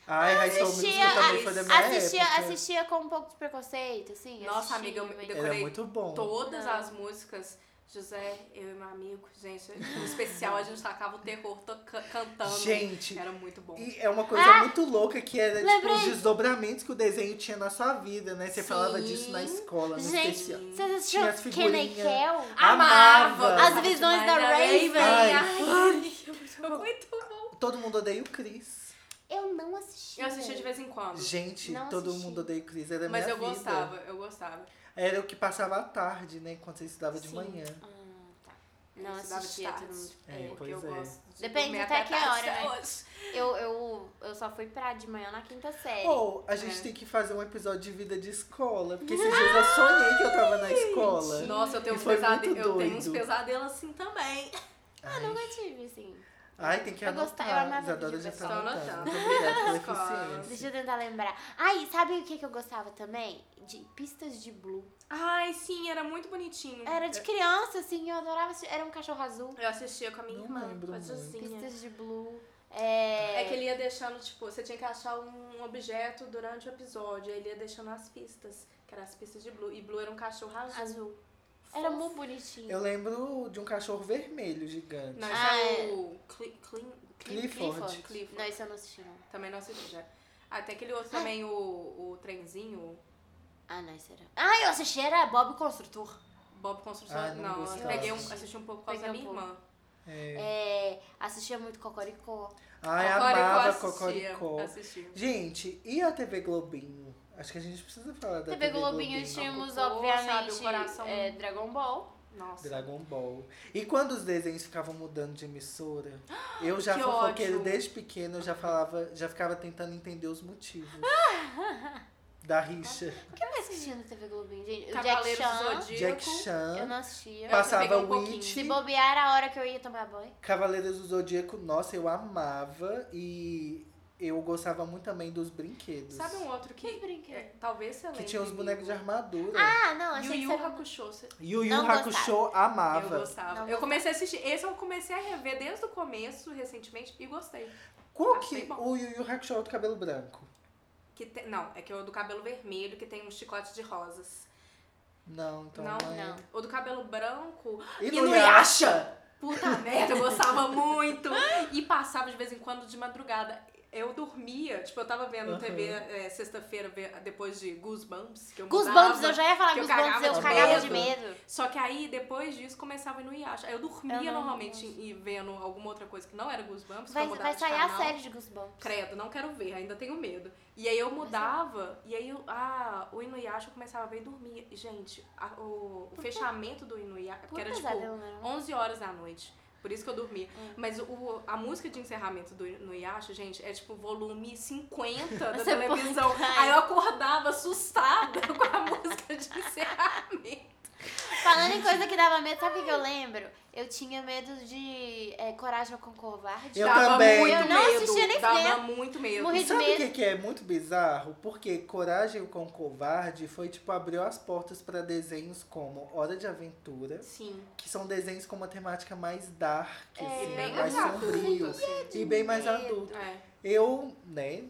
Speaker 1: Ai, High School
Speaker 2: Assistia,
Speaker 1: Musical também foi da
Speaker 2: É,
Speaker 1: minha
Speaker 2: assistia,
Speaker 1: época.
Speaker 2: assistia com um pouco de preconceito, assim.
Speaker 3: Nossa,
Speaker 2: assistia,
Speaker 3: amiga, eu-
Speaker 2: mas-
Speaker 3: eu-
Speaker 1: Era é muito bom.
Speaker 3: Todas
Speaker 2: Não.
Speaker 3: as músicas. José, eu e meu amigo, gente, no especial a gente tacava o terror toca- cantando.
Speaker 1: Gente,
Speaker 3: Era muito bom.
Speaker 1: E é uma coisa
Speaker 2: Ah!
Speaker 1: muito louca que era tipo,
Speaker 2: Lembrei.
Speaker 1: os desdobramentos que o desenho tinha na sua vida, né? Você
Speaker 3: Sim.
Speaker 1: falava disso na escola, no
Speaker 2: Gente,
Speaker 1: especial.
Speaker 2: vocês
Speaker 1: Tinha as
Speaker 2: assistiram Kenny
Speaker 1: figurinhas.
Speaker 2: Kell?
Speaker 1: Amava.
Speaker 2: As visões da Raven. é
Speaker 1: Ai.
Speaker 3: assim. Ai, muito bom.
Speaker 1: Todo mundo odeia o Chris.
Speaker 2: Eu não assisti.
Speaker 3: Eu assistia de vez em quando.
Speaker 1: Gente,
Speaker 2: Não
Speaker 1: todo
Speaker 2: assisti.
Speaker 1: mundo odeia o Chris. Era
Speaker 3: Mas
Speaker 1: minha
Speaker 3: eu
Speaker 1: vida.
Speaker 3: gostava, eu gostava.
Speaker 1: Era o que passava à tarde, né? Quando você estudava de
Speaker 3: Sim.
Speaker 1: manhã.
Speaker 2: Ah, tá. Não
Speaker 3: Eu estudava de
Speaker 2: assistia
Speaker 3: tarde.
Speaker 2: todo mundo.
Speaker 1: É,
Speaker 3: porque
Speaker 1: pois
Speaker 3: eu
Speaker 1: é.
Speaker 3: gosto de
Speaker 2: Depende
Speaker 3: comer
Speaker 2: até que
Speaker 3: tarde
Speaker 2: hora, né?
Speaker 3: hoje.
Speaker 2: Eu, eu, eu só fui pra de manhã na quinta série.
Speaker 1: Ou a gente
Speaker 3: É.
Speaker 1: tem que fazer um episódio de vida de escola. Porque esses dias eu sonhei que eu tava na escola.
Speaker 3: Nossa, eu tenho,
Speaker 1: E
Speaker 3: uns
Speaker 1: foi muito
Speaker 3: pesade- eu tenho uns
Speaker 1: doido.
Speaker 3: pesadelos assim também.
Speaker 2: Ah,
Speaker 1: Ai,
Speaker 2: nunca tive, assim.
Speaker 1: ai, tem que
Speaker 2: Eu
Speaker 1: anotar.
Speaker 2: gostava, eu amava
Speaker 1: Isadora
Speaker 2: pedir
Speaker 1: já tá
Speaker 3: pra escola.
Speaker 1: anotando.
Speaker 3: Tô
Speaker 1: Muito obrigada
Speaker 3: Escola.
Speaker 1: pela eficiência.
Speaker 2: Deixa eu tentar lembrar. Ai, sabe o que, que eu gostava também? De pistas de blue.
Speaker 3: Ai, sim, era muito bonitinho.
Speaker 2: Era de criança, assim, eu adorava assistir. Era um cachorro azul.
Speaker 3: Eu assistia com a minha
Speaker 1: Não
Speaker 3: irmã,
Speaker 1: lembro
Speaker 3: com a
Speaker 1: muito.
Speaker 3: Josinha.
Speaker 2: Pistas de blue. É...
Speaker 3: É que ele ia deixando, tipo, você tinha que achar um objeto durante o episódio. Aí ele ia deixando as pistas, que eram as pistas de Blue. E Blue era um cachorro azul.
Speaker 2: azul. É. Era
Speaker 3: Fofo.
Speaker 2: muito bonitinho.
Speaker 1: Eu lembro de um cachorro vermelho gigante.
Speaker 3: Não,
Speaker 2: Ah,
Speaker 3: esse é o Cle- Clean- Cle-
Speaker 1: Clifford.
Speaker 2: Clifford.
Speaker 3: Clifford.
Speaker 2: Não, isso eu não assisti, não.
Speaker 3: Também não assisti já. Ah, tem aquele outro também, o, o trenzinho,
Speaker 2: Ah, não, isso era... Ah, eu assisti, era Bob o Construtor.
Speaker 3: o Bob Construção.
Speaker 1: Ah, não
Speaker 3: não, eu
Speaker 1: gostava.
Speaker 3: peguei um, assisti um pouco por causa da
Speaker 2: Peguei
Speaker 3: minha
Speaker 2: um
Speaker 3: irmã.
Speaker 1: É.
Speaker 2: É, assistia muito Cocoricó.
Speaker 1: Ai,
Speaker 3: Cocoricó
Speaker 1: amava
Speaker 3: assistia,
Speaker 1: Cocoricó.
Speaker 3: assistia.
Speaker 1: Gente, e a TV Globinho? Acho que a gente precisa falar da TV,
Speaker 2: TV Globinho tínhamos,
Speaker 3: Cocoricó,
Speaker 2: obviamente,
Speaker 3: sabe, o coração-
Speaker 2: é, Dragon Ball.
Speaker 3: Nossa.
Speaker 1: Dragon Ball. E quando os desenhos ficavam mudando de emissora, eu já
Speaker 3: Que
Speaker 1: fofoqueiro
Speaker 3: ódio.
Speaker 1: desde pequeno, eu já falava, já ficava tentando entender os motivos. da rixa.
Speaker 2: O que eu mais assistia no TV Globinho, gente? O Jack
Speaker 3: Cavaleiro do
Speaker 2: Chan,
Speaker 3: Zodíaco.
Speaker 1: Jack
Speaker 2: eu
Speaker 1: Chan,
Speaker 2: não assistia.
Speaker 3: Passa-
Speaker 1: passava
Speaker 3: peguei um pouquinho.
Speaker 1: Witch,
Speaker 2: Se bobear era a hora que eu ia tomar banho.
Speaker 1: Cavaleiros do Zodíaco, nossa, eu amava e eu gostava muito também dos brinquedos.
Speaker 3: Sabe um outro que...
Speaker 2: Que brinquedo.
Speaker 3: é, talvez você lembre.
Speaker 1: que tinha os bonecos de
Speaker 3: amigo.
Speaker 1: armadura.
Speaker 2: Ah, não,
Speaker 3: Yu
Speaker 2: achei
Speaker 3: Yu
Speaker 2: que você...
Speaker 3: Hakusho. você-
Speaker 1: E o Yu
Speaker 2: Não
Speaker 1: Hakusho amava.
Speaker 3: Eu gostava.
Speaker 2: Não
Speaker 3: eu comecei a assistir. Esse eu comecei a rever desde o começo, recentemente, e gostei.
Speaker 1: Qual
Speaker 3: Achei
Speaker 1: que
Speaker 3: bom.
Speaker 1: o Yu Yu Hakusho é o do cabelo branco?
Speaker 3: Que te- Não, é que é o do cabelo vermelho, que tem um chicote de rosas.
Speaker 1: Não, então
Speaker 3: Não?
Speaker 1: é.
Speaker 2: Não.
Speaker 3: O do cabelo branco.
Speaker 1: E
Speaker 3: Inuyasha?
Speaker 1: no Yasha?
Speaker 3: Puta
Speaker 2: *laughs*
Speaker 3: merda, eu gostava muito. E passava de vez em quando de madrugada. Eu dormia, tipo, eu tava vendo
Speaker 1: Aham.
Speaker 3: TV é, sexta-feira, ve- depois de Goosebumps, que eu
Speaker 2: Goosebumps,
Speaker 3: mudava.
Speaker 2: eu já ia falar
Speaker 3: que eu
Speaker 2: Goosebumps,
Speaker 3: cagava
Speaker 2: eu
Speaker 1: de
Speaker 2: cagava
Speaker 1: medo.
Speaker 2: de medo.
Speaker 3: Só que aí, depois disso, começava no Yasha. Aí eu dormia
Speaker 2: Eu não
Speaker 3: normalmente e vendo alguma outra coisa que não era Goosebumps.
Speaker 2: Vai,
Speaker 3: que eu mudava
Speaker 2: vai
Speaker 3: de
Speaker 2: sair a
Speaker 3: canal.
Speaker 2: série de Goosebumps.
Speaker 3: Credo, não quero ver, ainda tenho medo. E aí eu mudava, e aí eu, ah, o Inuyasha eu começava a ver e dormia. E, Gente, a- o, o fechamento do Inuyasha, porque
Speaker 2: Puta
Speaker 3: era tipo
Speaker 2: pesadelo, né?
Speaker 3: 11 horas da noite. Por isso que eu dormia.
Speaker 2: Hum.
Speaker 3: Mas o, a música de encerramento do Inuyasha, gente, é tipo volume 50 da
Speaker 2: Você põe-
Speaker 3: televisão. Aí eu acordava assustada *laughs* com a música de encerramento.
Speaker 2: Falando em coisa que dava medo, sabe o que eu lembro? Eu tinha medo de é, Coragem com Covarde.
Speaker 1: Eu
Speaker 3: dava
Speaker 1: também.
Speaker 3: muito
Speaker 2: Eu não
Speaker 3: medo.
Speaker 2: assistia nem
Speaker 3: dava
Speaker 2: vendo.
Speaker 3: muito medo.
Speaker 2: Morri de
Speaker 1: Sabe o que,
Speaker 2: medo.
Speaker 1: que é muito bizarro? Porque Coragem com Covarde foi tipo abriu as portas pra desenhos como Hora de Aventura,
Speaker 3: Sim.
Speaker 1: que são desenhos com uma temática mais dark,
Speaker 2: É,
Speaker 1: assim,
Speaker 2: bem
Speaker 1: mais
Speaker 3: adulto,
Speaker 1: sombrio
Speaker 3: assim.
Speaker 1: e bem mais
Speaker 2: medo.
Speaker 1: adulto.
Speaker 3: É.
Speaker 1: Eu, né,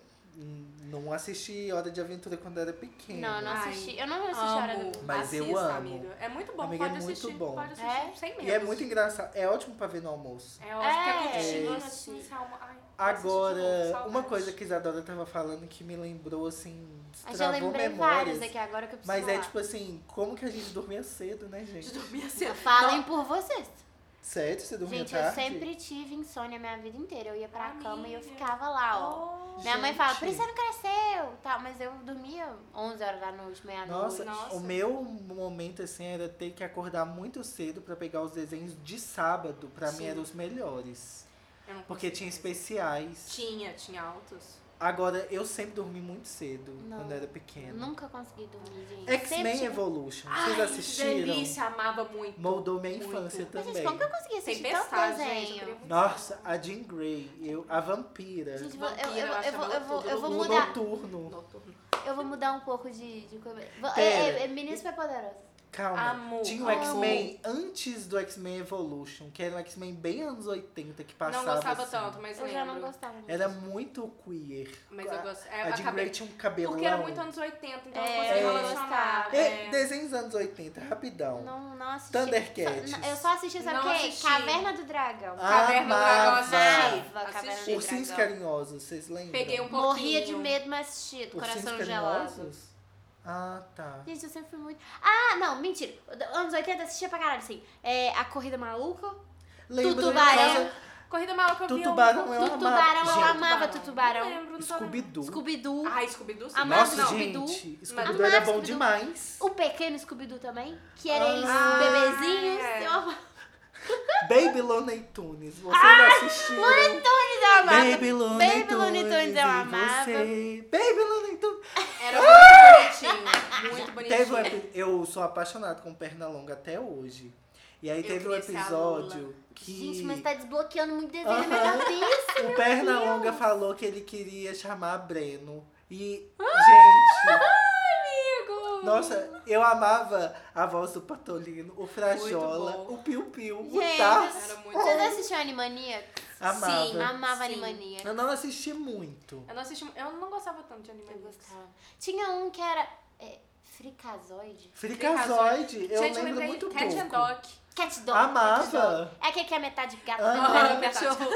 Speaker 1: não assisti Hora de Aventura quando era pequeno.
Speaker 2: Não, eu não
Speaker 3: Ai,
Speaker 2: assisti. Eu não assisti a hora
Speaker 3: Amo.
Speaker 2: do...
Speaker 1: Mas eu
Speaker 3: Assista,
Speaker 1: amo.
Speaker 3: Amiga. É muito bom,
Speaker 1: Amiga,
Speaker 3: pode
Speaker 1: é muito
Speaker 3: assistir,
Speaker 1: bom.
Speaker 3: pode assistir
Speaker 2: É?
Speaker 3: sem medo.
Speaker 1: E é muito engraçado. É ótimo pra ver no almoço.
Speaker 3: É, eu acho que é
Speaker 2: É.
Speaker 3: curtinho,
Speaker 1: É.
Speaker 3: assim, salmo. Ai, vou assistir de
Speaker 1: Agora,
Speaker 3: novo,
Speaker 1: uma
Speaker 3: saudade.
Speaker 1: coisa que a Isadora tava falando que me lembrou, assim,
Speaker 2: Ah, já
Speaker 1: destravou
Speaker 2: lembrei
Speaker 1: memórias.
Speaker 2: vários aqui agora que eu preciso
Speaker 1: Mas é
Speaker 2: falar. *laughs*
Speaker 1: tipo assim, como que a gente dormia cedo, né,
Speaker 3: De
Speaker 1: gente?
Speaker 3: dormir cedo.
Speaker 2: Falem por vocês.
Speaker 1: Sério? Você dormia
Speaker 2: Gente, eu
Speaker 1: tarde?
Speaker 2: sempre tive insônia a minha vida inteira. Eu ia pra cama e eu
Speaker 3: Amiga.
Speaker 2: ficava lá, ó.
Speaker 3: Oh.
Speaker 2: Minha mãe fala,
Speaker 1: Gente.
Speaker 2: por isso você não cresceu, tá, mas eu dormia 11 horas da noite, meia-noite.
Speaker 1: Nossa,
Speaker 3: Nossa.
Speaker 1: o meu momento assim era ter que acordar muito cedo pra pegar os desenhos de sábado, pra mim
Speaker 3: Sim.
Speaker 1: eram os melhores,
Speaker 3: Eu não
Speaker 1: porque
Speaker 3: consigo.
Speaker 1: tinha especiais.
Speaker 3: Tinha, tinha altos.
Speaker 1: Agora eu sempre dormi muito cedo
Speaker 2: Não.
Speaker 1: quando era pequeno.
Speaker 2: Nunca consegui dormir, gente. Sempre
Speaker 1: X-Men é
Speaker 2: tive-
Speaker 1: Evolution,
Speaker 3: Ai,
Speaker 1: vocês
Speaker 3: que
Speaker 1: assistiram?
Speaker 3: delícia, amava muito.
Speaker 1: Moldou minha
Speaker 3: Muito.
Speaker 1: infância
Speaker 2: Mas,
Speaker 1: também.
Speaker 2: gente, como que eu consegui
Speaker 3: Sem
Speaker 2: assistir tanto
Speaker 3: pensar, gente. eu
Speaker 2: desenho?
Speaker 3: queria muito
Speaker 1: Nossa, a Jean Grey, eu, a vampira,
Speaker 2: Gente, eu vou- eu,
Speaker 3: Vampira,
Speaker 2: eu,
Speaker 3: eu
Speaker 2: eu, vou- eu,
Speaker 3: achava
Speaker 2: vou, eu vou
Speaker 1: o
Speaker 2: mudar.
Speaker 1: noturno.
Speaker 3: Noturno.
Speaker 2: Eu vou mudar um pouco de, de coisa. Vou- É,
Speaker 1: Pera.
Speaker 2: é, é Menino Super Poderoso.
Speaker 1: Calma.
Speaker 3: Amor.
Speaker 1: Tinha o
Speaker 2: Amor.
Speaker 1: X-Men antes do X-Men Evolution, que era um X-Men bem anos 80 que passava.
Speaker 3: Não gostava
Speaker 1: assim.
Speaker 3: tanto, mas
Speaker 2: Eu já não
Speaker 3: lembro.
Speaker 2: gostava muito.
Speaker 1: Era muito queer.
Speaker 3: Mas eu gosto. É,
Speaker 1: A Jean
Speaker 3: acabei-
Speaker 1: Grey tinha um cabelão.
Speaker 3: Porque era muito anos 80, então
Speaker 2: É,
Speaker 3: eu
Speaker 1: eu
Speaker 3: não consegui relacionar.
Speaker 2: gostava.
Speaker 1: É,
Speaker 3: é.
Speaker 1: Desenhos anos 80, rapidão.
Speaker 2: Não, não assisti.
Speaker 1: Thundercats.
Speaker 2: Só- Eu só assisti, sabe o
Speaker 3: Não
Speaker 2: quê?
Speaker 3: assisti.
Speaker 2: Caverna do Dragão.
Speaker 1: Ah,
Speaker 3: Caverna do Dragão
Speaker 1: Amava.
Speaker 3: assisti.
Speaker 2: Amava Caverna do
Speaker 3: Assisti.
Speaker 2: Dragão.
Speaker 1: Ursinhos Carinhosos, vocês lembram?
Speaker 3: Peguei um pouquinho.
Speaker 2: Morria de medo, mas assisti. do
Speaker 1: Ursinhos
Speaker 2: Coração gelado.
Speaker 1: Carinhosos? Ah, tá.
Speaker 2: Gente, eu sempre fui muito. Ah, não, mentira. Anos 80 assistia pra caralho, assim. É, a Corrida Maluca.
Speaker 1: Lembro da
Speaker 2: Tutubarão.
Speaker 1: casa
Speaker 3: Corrida Maluca eu vi
Speaker 1: Tutubarão
Speaker 3: um-
Speaker 1: eu
Speaker 2: Tutubarão, eu
Speaker 1: amava.
Speaker 2: amava
Speaker 3: Não
Speaker 2: Tutubarão.
Speaker 3: lembro, não tô lembrando.
Speaker 1: é Scooby-Doo.
Speaker 2: Scooby-Doo.
Speaker 3: Ai, Scooby-Doo? sim.
Speaker 2: Amava
Speaker 1: Nossa,
Speaker 3: Não,
Speaker 2: Scooby-Doo.
Speaker 1: gente.
Speaker 3: Mas-
Speaker 1: Scooby-Doo era
Speaker 2: Amava
Speaker 1: bom
Speaker 2: Scooby-Doo.
Speaker 1: demais.
Speaker 2: O pequeno Scooby-Doo também, que era
Speaker 1: Ah.
Speaker 2: eles
Speaker 1: Ah,
Speaker 2: bebezinhos.
Speaker 3: é.
Speaker 2: Eu amava.
Speaker 1: Baby Looney Tunes, vocês assistiram.
Speaker 2: Eu amava.
Speaker 1: Baby Looney Tunes,
Speaker 2: Baby Looney Tunes, eu
Speaker 1: e
Speaker 2: amava.
Speaker 1: você. Baby Looney Tunes.
Speaker 3: Era muito bonitinho. Muito
Speaker 1: Teve um
Speaker 3: bonitinho.
Speaker 1: epi- eu sou apaixonado com perna longa até hoje. E aí
Speaker 3: Eu
Speaker 1: teve um
Speaker 3: queria ser a
Speaker 1: episódio
Speaker 3: Lola.
Speaker 1: que
Speaker 2: Gente, mas tá desbloqueando muito desenho
Speaker 1: Aham.
Speaker 2: na minha cabeça.
Speaker 1: o perna longa falou que ele queria chamar Breno. E, gente,
Speaker 3: Amigo.
Speaker 1: nossa, eu amava a voz do Patolino, o Frajola,
Speaker 3: Muito bom.
Speaker 1: o Piu Piu, o
Speaker 2: Gente,
Speaker 1: Tarso.
Speaker 3: Era muito
Speaker 2: Vocês
Speaker 3: bom.
Speaker 2: assistiam Animania?
Speaker 1: Amava.
Speaker 3: Sim,
Speaker 2: Amava
Speaker 3: Sim.
Speaker 2: Animania.
Speaker 1: Eu não assisti muito.
Speaker 3: Eu não assisti. Eu não gostava tanto de anime.
Speaker 2: Eu gostava. Tinha um que era é, Fricazoide.
Speaker 1: Fricazoide, eu
Speaker 3: Gente,
Speaker 1: lembro
Speaker 3: eu lembrei
Speaker 1: muito
Speaker 3: Cat and
Speaker 1: pouco.
Speaker 3: Doc.
Speaker 2: Cat Dog. Cat Dog.
Speaker 1: Amava.
Speaker 2: É aquele que é metade gato,
Speaker 1: Ah,
Speaker 2: metade
Speaker 1: ah,
Speaker 2: cachorro.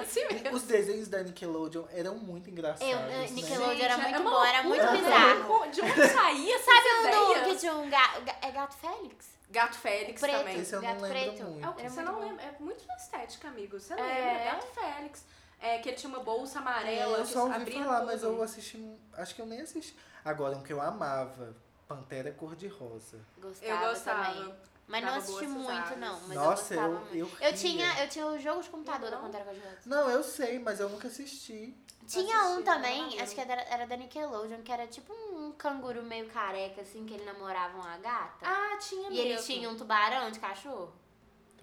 Speaker 3: Assim mesmo.
Speaker 1: Os desenhos da Nickelodeon eram muito engraçados.
Speaker 2: Eu,
Speaker 1: né?
Speaker 2: eu- Nickelodeon era
Speaker 3: Gente,
Speaker 2: muito
Speaker 3: é uma
Speaker 2: bom, era muito
Speaker 3: loucura,
Speaker 2: bizarro.
Speaker 3: né? De onde saía essas
Speaker 2: Sabe um do, que
Speaker 3: ideias?
Speaker 2: tinha um gato. É gato Félix?
Speaker 3: Gato Félix
Speaker 2: Preto.
Speaker 3: também.
Speaker 1: Esse eu
Speaker 2: Gato
Speaker 1: não lembro
Speaker 2: preto.
Speaker 1: muito.
Speaker 3: É o que
Speaker 2: Era
Speaker 3: você
Speaker 2: muito
Speaker 3: não
Speaker 2: bom.
Speaker 3: lembra. É muito sua estética, amigo. Você
Speaker 2: É.
Speaker 3: lembra? Gato Félix. É, que ele tinha uma bolsa amarela.
Speaker 1: É, eu
Speaker 3: que
Speaker 1: só ouvi
Speaker 3: abria
Speaker 1: falar,
Speaker 3: tudo.
Speaker 1: mas eu assisti. Acho que eu nem assisti. Agora, um que eu amava: Pantera Cor-de-Rosa.
Speaker 3: Eu
Speaker 2: Gostava,
Speaker 3: gostava.
Speaker 2: também. Mas não
Speaker 3: Dava
Speaker 2: assisti
Speaker 3: boas
Speaker 2: muito,
Speaker 3: risadas.
Speaker 2: não. Mas
Speaker 1: Nossa,
Speaker 2: eu
Speaker 1: eu.
Speaker 2: gostava muito.
Speaker 1: Eu,
Speaker 2: Eu
Speaker 1: ria.
Speaker 2: tinha, eu tinha o jogo de computador
Speaker 3: Não?
Speaker 2: quando era criança.
Speaker 1: Não, eu sei, mas eu nunca assisti.
Speaker 2: Tinha um
Speaker 3: assisti, não
Speaker 2: também,
Speaker 3: lembro.
Speaker 2: acho que era, era da Nickelodeon, que era tipo um canguru meio careca, assim, que ele namorava uma gata.
Speaker 3: Ah, tinha
Speaker 2: e
Speaker 3: mesmo.
Speaker 2: ele tinha um tubarão de cachorro.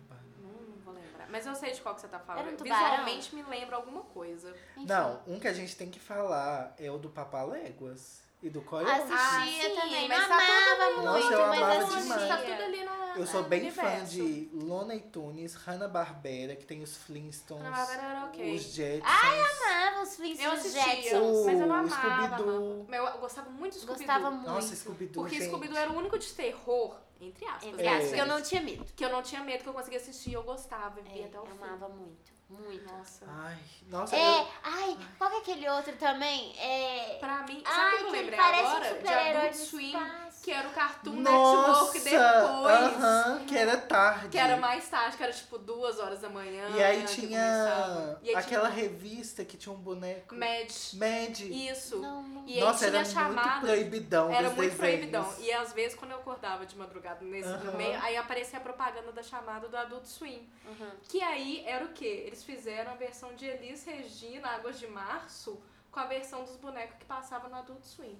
Speaker 3: Não, Hum, não vou lembrar. Mas eu sei de qual que você tá falando.
Speaker 2: Era um tubarão?
Speaker 3: Visualmente me lembra alguma coisa.
Speaker 2: Enfim.
Speaker 1: Não, um que a gente tem que falar é o do Papaléguas e do Coyote.
Speaker 3: Ah,
Speaker 2: Assistia
Speaker 3: sim,
Speaker 2: também.
Speaker 3: mas
Speaker 2: Não
Speaker 3: tá
Speaker 2: amava
Speaker 3: todo
Speaker 2: muito,
Speaker 3: mundo-
Speaker 1: Nossa, eu
Speaker 2: mas
Speaker 1: amava
Speaker 2: assistia.
Speaker 1: demais.
Speaker 3: Tá tudo ali na,
Speaker 1: Eu
Speaker 2: Ah,
Speaker 1: sou
Speaker 3: no
Speaker 1: bem fã
Speaker 3: universo.
Speaker 1: de Lona Tunes, Hanna-Barbera, que tem os Flintstones,
Speaker 3: Ah, agora
Speaker 2: é
Speaker 3: era ok.
Speaker 1: os Jetsons.
Speaker 2: Amava os Flintstones
Speaker 3: Eu assistia,
Speaker 2: Jetsons.
Speaker 3: mas eu não
Speaker 1: O
Speaker 3: amava.
Speaker 1: Scooby-Doo.
Speaker 3: amava. Mas eu gostava muito de Scooby-Doo.
Speaker 2: Gostava muito.
Speaker 1: Nossa, Scooby-Doo,
Speaker 3: Porque
Speaker 1: gente.
Speaker 3: Scooby-Doo era o único de terror, entre aspas, né?
Speaker 2: Entre aspas,
Speaker 1: É.
Speaker 2: que eu não tinha medo.
Speaker 3: que eu não tinha medo, que eu conseguia assistir, eu gostava, eu
Speaker 2: É,
Speaker 3: via até
Speaker 2: eu
Speaker 3: o fim.
Speaker 2: amava muito, muito.
Speaker 3: Nossa.
Speaker 1: Ai, nossa,
Speaker 2: É,
Speaker 1: eu-
Speaker 2: ai, qual que é aquele outro também? É.
Speaker 3: Pra mim, sabe o
Speaker 2: Ai,
Speaker 3: que eu
Speaker 2: que ele
Speaker 3: lembrei
Speaker 2: parece um
Speaker 3: agora? De
Speaker 2: super-herói
Speaker 3: Adult
Speaker 2: do
Speaker 3: Swim,
Speaker 2: espaço.
Speaker 3: que era o Cartoon
Speaker 1: Nossa!
Speaker 3: Network depois.
Speaker 1: aham, que era tarde.
Speaker 3: Que era mais tarde, que era tipo duas horas da manhã.
Speaker 1: E aí
Speaker 3: que
Speaker 1: tinha
Speaker 3: começava. E aí
Speaker 1: aquela
Speaker 3: tinha
Speaker 1: revista que tinha um boneco.
Speaker 3: Mad.
Speaker 1: Mad.
Speaker 3: Isso.
Speaker 2: Não, não.
Speaker 3: E aí
Speaker 1: Nossa,
Speaker 3: tinha
Speaker 1: era
Speaker 3: a
Speaker 1: muito
Speaker 3: chamada.
Speaker 1: proibidão
Speaker 3: Era
Speaker 1: dos
Speaker 3: muito
Speaker 1: desenhos.
Speaker 3: proibidão. E às vezes, quando eu acordava de madrugada nesse
Speaker 1: Aham.
Speaker 3: meio, aí aparecia a propaganda da chamada do Adult Swim.
Speaker 2: Uhum.
Speaker 3: Que aí era o quê? Eles fizeram a versão de Elis Regina, Águas de Março, com a versão dos bonecos que passava no Adult Swim.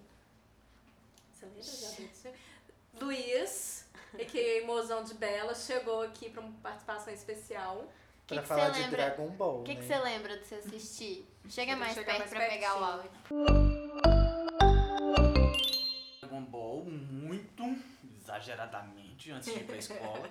Speaker 3: Você lembra de Adult Swim? Luiz, que mozão de Bela, chegou aqui pra uma participação especial.
Speaker 2: Que
Speaker 1: Pra
Speaker 2: que
Speaker 1: falar
Speaker 2: você
Speaker 1: de
Speaker 2: lembra?
Speaker 1: Dragon Ball,
Speaker 2: O que,
Speaker 1: né?
Speaker 2: que você lembra de você assistir? Chega
Speaker 3: Vou
Speaker 2: mais
Speaker 3: chegar
Speaker 2: perto
Speaker 3: mais
Speaker 2: pra pegar o áudio.
Speaker 4: Dragon Ball um muito exageradamente antes de ir pra escola.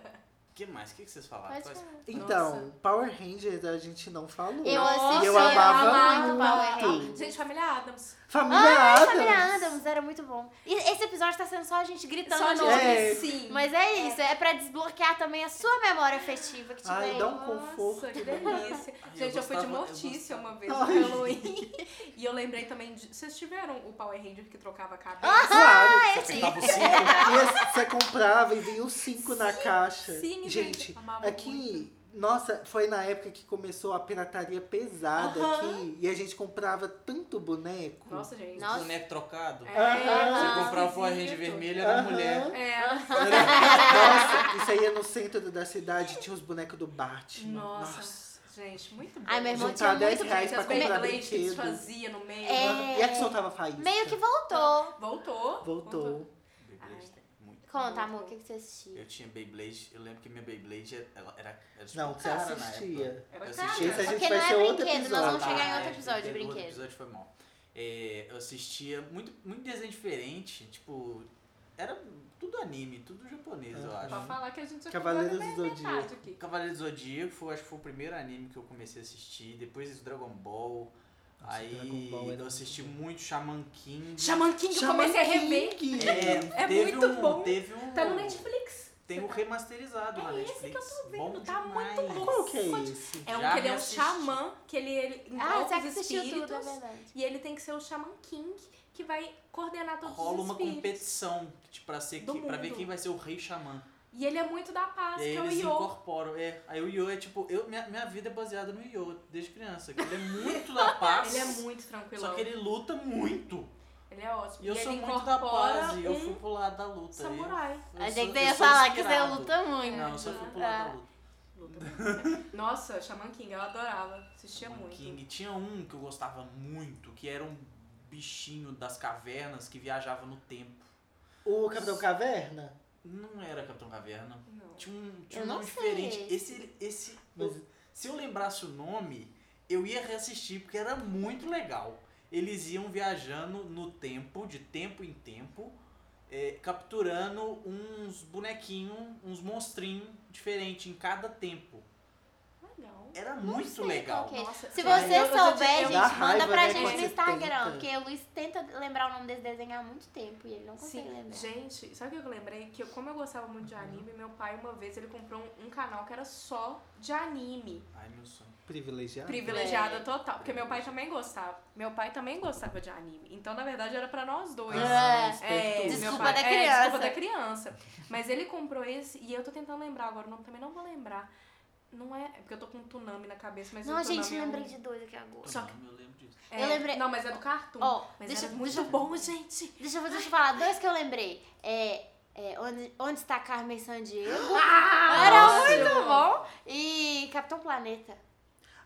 Speaker 4: O que mais? O que que vocês falaram?
Speaker 2: Pode
Speaker 4: Quais-
Speaker 2: falar.
Speaker 1: Então, Power Rangers a gente não falou.
Speaker 2: Eu
Speaker 3: Nossa,
Speaker 2: assistia,
Speaker 1: eu amava
Speaker 2: muito Power
Speaker 1: muito.
Speaker 2: Rangers.
Speaker 3: Gente, família Adams.
Speaker 1: Família Adams.
Speaker 2: Família Adams era muito bom. E esse episódio tá sendo só a gente gritando
Speaker 3: Só de
Speaker 2: nome.
Speaker 1: É.
Speaker 3: sim.
Speaker 2: Mas é isso, é pra desbloquear também a sua memória afetiva que te
Speaker 1: Ai,
Speaker 2: vem.
Speaker 1: dá um conforto.
Speaker 3: Nossa, que delícia.
Speaker 4: Ai, eu
Speaker 3: Gente, eu, fui
Speaker 4: gostava-
Speaker 3: de
Speaker 4: eu
Speaker 3: mortícia
Speaker 4: gostava.
Speaker 3: uma vez no
Speaker 1: Ai.
Speaker 3: Halloween. *laughs* E eu lembrei também de. Vocês tiveram o Power Ranger que trocava a cabeça?
Speaker 2: Ah!
Speaker 1: Claro.
Speaker 4: Você
Speaker 2: É,
Speaker 4: apertava o
Speaker 2: *laughs*
Speaker 4: cinto?
Speaker 1: E as- você comprava e vinha os cinco na caixa.
Speaker 3: sim,
Speaker 1: gente.
Speaker 3: gente, amava
Speaker 1: Aqui Nossa, foi na época que começou a pirataria pesada aqui e a gente comprava tanto boneco.
Speaker 3: Nossa, gente.
Speaker 2: Nossa. Ah,
Speaker 4: um Boneco trocado.
Speaker 3: É,
Speaker 1: Aham.
Speaker 4: Você
Speaker 3: nossa,
Speaker 4: comprava uma rede
Speaker 3: esquisito.
Speaker 4: vermelha era
Speaker 1: Aham.
Speaker 3: *laughs*
Speaker 4: mulher.
Speaker 3: É.
Speaker 1: Nossa, isso aí é no centro da cidade, tinha os bonecos do Batman.
Speaker 3: Nossa. Gente, muito bom.
Speaker 2: Ai, meu irmão
Speaker 1: Juntar
Speaker 2: tinha
Speaker 1: 10
Speaker 2: muito
Speaker 1: reais
Speaker 3: Gente,
Speaker 1: pra
Speaker 3: as
Speaker 1: comprar
Speaker 3: Beyblades que
Speaker 1: brinquedo.
Speaker 3: desfazia no meio.
Speaker 2: É.
Speaker 1: E a que soltava faísca?
Speaker 2: Meio que voltou.
Speaker 3: Voltou.
Speaker 1: Voltou.
Speaker 4: Beyblade tem muito.
Speaker 2: Conta, amor, o que, que você assistiu?
Speaker 4: Eu tinha Beyblade, eu lembro que minha Beyblade ela era, era tipo
Speaker 1: Não, você
Speaker 4: cara na época.
Speaker 1: assistia.
Speaker 3: Era
Speaker 4: Eu
Speaker 3: cara.
Speaker 4: assisti
Speaker 1: Esse a
Speaker 2: Só
Speaker 1: gente
Speaker 2: que
Speaker 1: vai
Speaker 2: não
Speaker 1: ser
Speaker 2: é
Speaker 1: outro
Speaker 2: brinquedo, nós vamos
Speaker 1: episódio.
Speaker 2: chegar em
Speaker 4: Ah,
Speaker 2: outro
Speaker 4: é,
Speaker 2: episódio de
Speaker 4: outro
Speaker 2: brinquedo.
Speaker 4: episódio foi mal. É, eu assistia muito, muito desenho diferente, tipo, era tudo anime, tudo japonês, eu
Speaker 1: Aham.
Speaker 4: acho.
Speaker 3: Pra falar que a gente já
Speaker 1: Cavaleiros
Speaker 3: comprou
Speaker 1: do
Speaker 3: até metade
Speaker 1: Zodíaco.
Speaker 3: aqui.
Speaker 4: Cavaleiro do Zodíaco, foi- acho que foi o primeiro anime que eu comecei a assistir. Depois isso, Dragon Ball.
Speaker 1: Nossa,
Speaker 4: aí
Speaker 1: Dragon Ball era
Speaker 4: eu assisti
Speaker 1: muito
Speaker 4: muito Shaman King.
Speaker 3: Shaman King, eu comecei a rever.
Speaker 1: King.
Speaker 4: É,
Speaker 3: É
Speaker 4: teve
Speaker 3: muito
Speaker 4: um,
Speaker 3: bom.
Speaker 4: Teve um,
Speaker 3: Tá no Netflix.
Speaker 4: Tem um remasterizado na
Speaker 3: É esse
Speaker 4: Netflix.
Speaker 3: que eu tô vendo,
Speaker 4: Bom
Speaker 3: tá muito
Speaker 4: demais.
Speaker 3: bom.
Speaker 1: Qual que é esse?
Speaker 3: É um
Speaker 4: Já
Speaker 3: que ele é um
Speaker 4: reassisti.
Speaker 3: xamã, que ele, ele
Speaker 2: Ah, você
Speaker 3: invoca Então, os
Speaker 2: que assistiu
Speaker 3: espíritos.
Speaker 2: tudo, é verdade.
Speaker 3: e ele tem que ser o Shaman King, que vai coordenar todos
Speaker 4: Rola
Speaker 3: os
Speaker 4: uma
Speaker 3: espíritos.
Speaker 4: competição tipo, pra, ser
Speaker 3: Do
Speaker 4: que- pra ver
Speaker 3: mundo.
Speaker 4: quem vai ser o rei xamã.
Speaker 3: E ele é muito da paz,
Speaker 4: e aí
Speaker 3: que é o
Speaker 4: eles
Speaker 3: Yo.
Speaker 4: incorporam. É, aí o Yo é tipo. Eu, minha, minha vida é baseada no Yo desde criança. Que ele é muito da paz.
Speaker 3: *laughs* Ele é muito tranquilão.
Speaker 4: Só que ele luta muito.
Speaker 3: Ele é ótimo.
Speaker 4: E eu
Speaker 3: ele
Speaker 4: sou muito da
Speaker 3: incorpora
Speaker 4: paz. E eu
Speaker 3: um
Speaker 4: fui pro lado da luta. Eu-
Speaker 3: samurai.
Speaker 4: eu
Speaker 2: Achei
Speaker 4: sou-
Speaker 2: que você
Speaker 4: eu
Speaker 2: ia
Speaker 4: sou
Speaker 2: falar que você
Speaker 4: inspirado.
Speaker 2: luta muito.
Speaker 4: Não, eu só fui pro lado da
Speaker 2: Ah.
Speaker 4: luta.
Speaker 3: Luta muito.
Speaker 4: *laughs*
Speaker 3: Nossa, Shaman King, eu adorava. Assistia
Speaker 4: Shaman
Speaker 3: muito.
Speaker 4: King. Tinha um que eu gostava muito, que era um bichinho das cavernas que viajava no tempo.
Speaker 1: O Capitão Caverna?
Speaker 4: Não era Capitão Caverna.
Speaker 3: Não.
Speaker 4: Tinha um, tinha
Speaker 2: Eu
Speaker 4: um
Speaker 2: não
Speaker 4: nome
Speaker 2: sei.
Speaker 4: diferente. Esse. esse
Speaker 1: Mas-
Speaker 4: Se eu lembrasse o nome, eu ia reassistir, porque era muito legal. Eles iam viajando no tempo, de tempo em tempo, é, capturando uns bonequinhos, uns monstrinhos diferentes em cada tempo.
Speaker 3: é Legal.
Speaker 4: Era muito
Speaker 2: sei
Speaker 4: legal.
Speaker 2: qual que é.
Speaker 3: Nossa,
Speaker 2: Se
Speaker 3: cara,
Speaker 2: você
Speaker 3: eu- eu tô
Speaker 2: souber,
Speaker 3: dizendo-
Speaker 2: gente,
Speaker 1: Dá
Speaker 2: manda
Speaker 1: raiva,
Speaker 2: pra
Speaker 1: né,
Speaker 2: gente
Speaker 1: quando
Speaker 2: no
Speaker 1: você
Speaker 2: Instagram.
Speaker 1: tenta.
Speaker 2: Porque o Luiz tenta lembrar o nome desse desenho há muito tempo e ele Uhum. não consegue
Speaker 3: Sim,
Speaker 2: lembrar.
Speaker 3: gente, sabe o que eu lembrei? Que eu, como eu gostava muito de anime, meu pai uma vez ele comprou um, um canal que era só de anime.
Speaker 4: Ai, meu sonho.
Speaker 1: Privilegiado?
Speaker 3: Privilegiada
Speaker 2: Uhum. É.
Speaker 3: total. Porque meu pai também gostava. Meu pai também gostava de anime. Então, na verdade, era pra nós dois.
Speaker 2: É.
Speaker 3: É, meu
Speaker 2: Desculpa
Speaker 3: pai-
Speaker 2: da
Speaker 3: é,
Speaker 2: criança.
Speaker 3: desculpa da criança. Mas ele comprou esse e eu tô tentando lembrar agora. O nome também não vou lembrar. Não é. É porque eu tô com um Tunami na cabeça, mas o
Speaker 2: Não,
Speaker 3: Toonami
Speaker 2: gente,
Speaker 3: é um-
Speaker 2: lembrei de dois aqui agora.
Speaker 3: Só que-
Speaker 4: eu lembro disso.
Speaker 3: é,
Speaker 2: Eu lembrei-
Speaker 3: Não, mas é do Cartoon.
Speaker 2: Ó,
Speaker 3: mas
Speaker 2: deixa,
Speaker 3: era muito
Speaker 2: deixa,
Speaker 3: bom, gente.
Speaker 2: deixa, eu- deixa eu falar dois que eu lembrei. É, é, onde, onde está Carmen Sandiego? era
Speaker 3: nossa, eu
Speaker 2: muito
Speaker 3: amo.
Speaker 2: tá bom. E Capitão Planeta.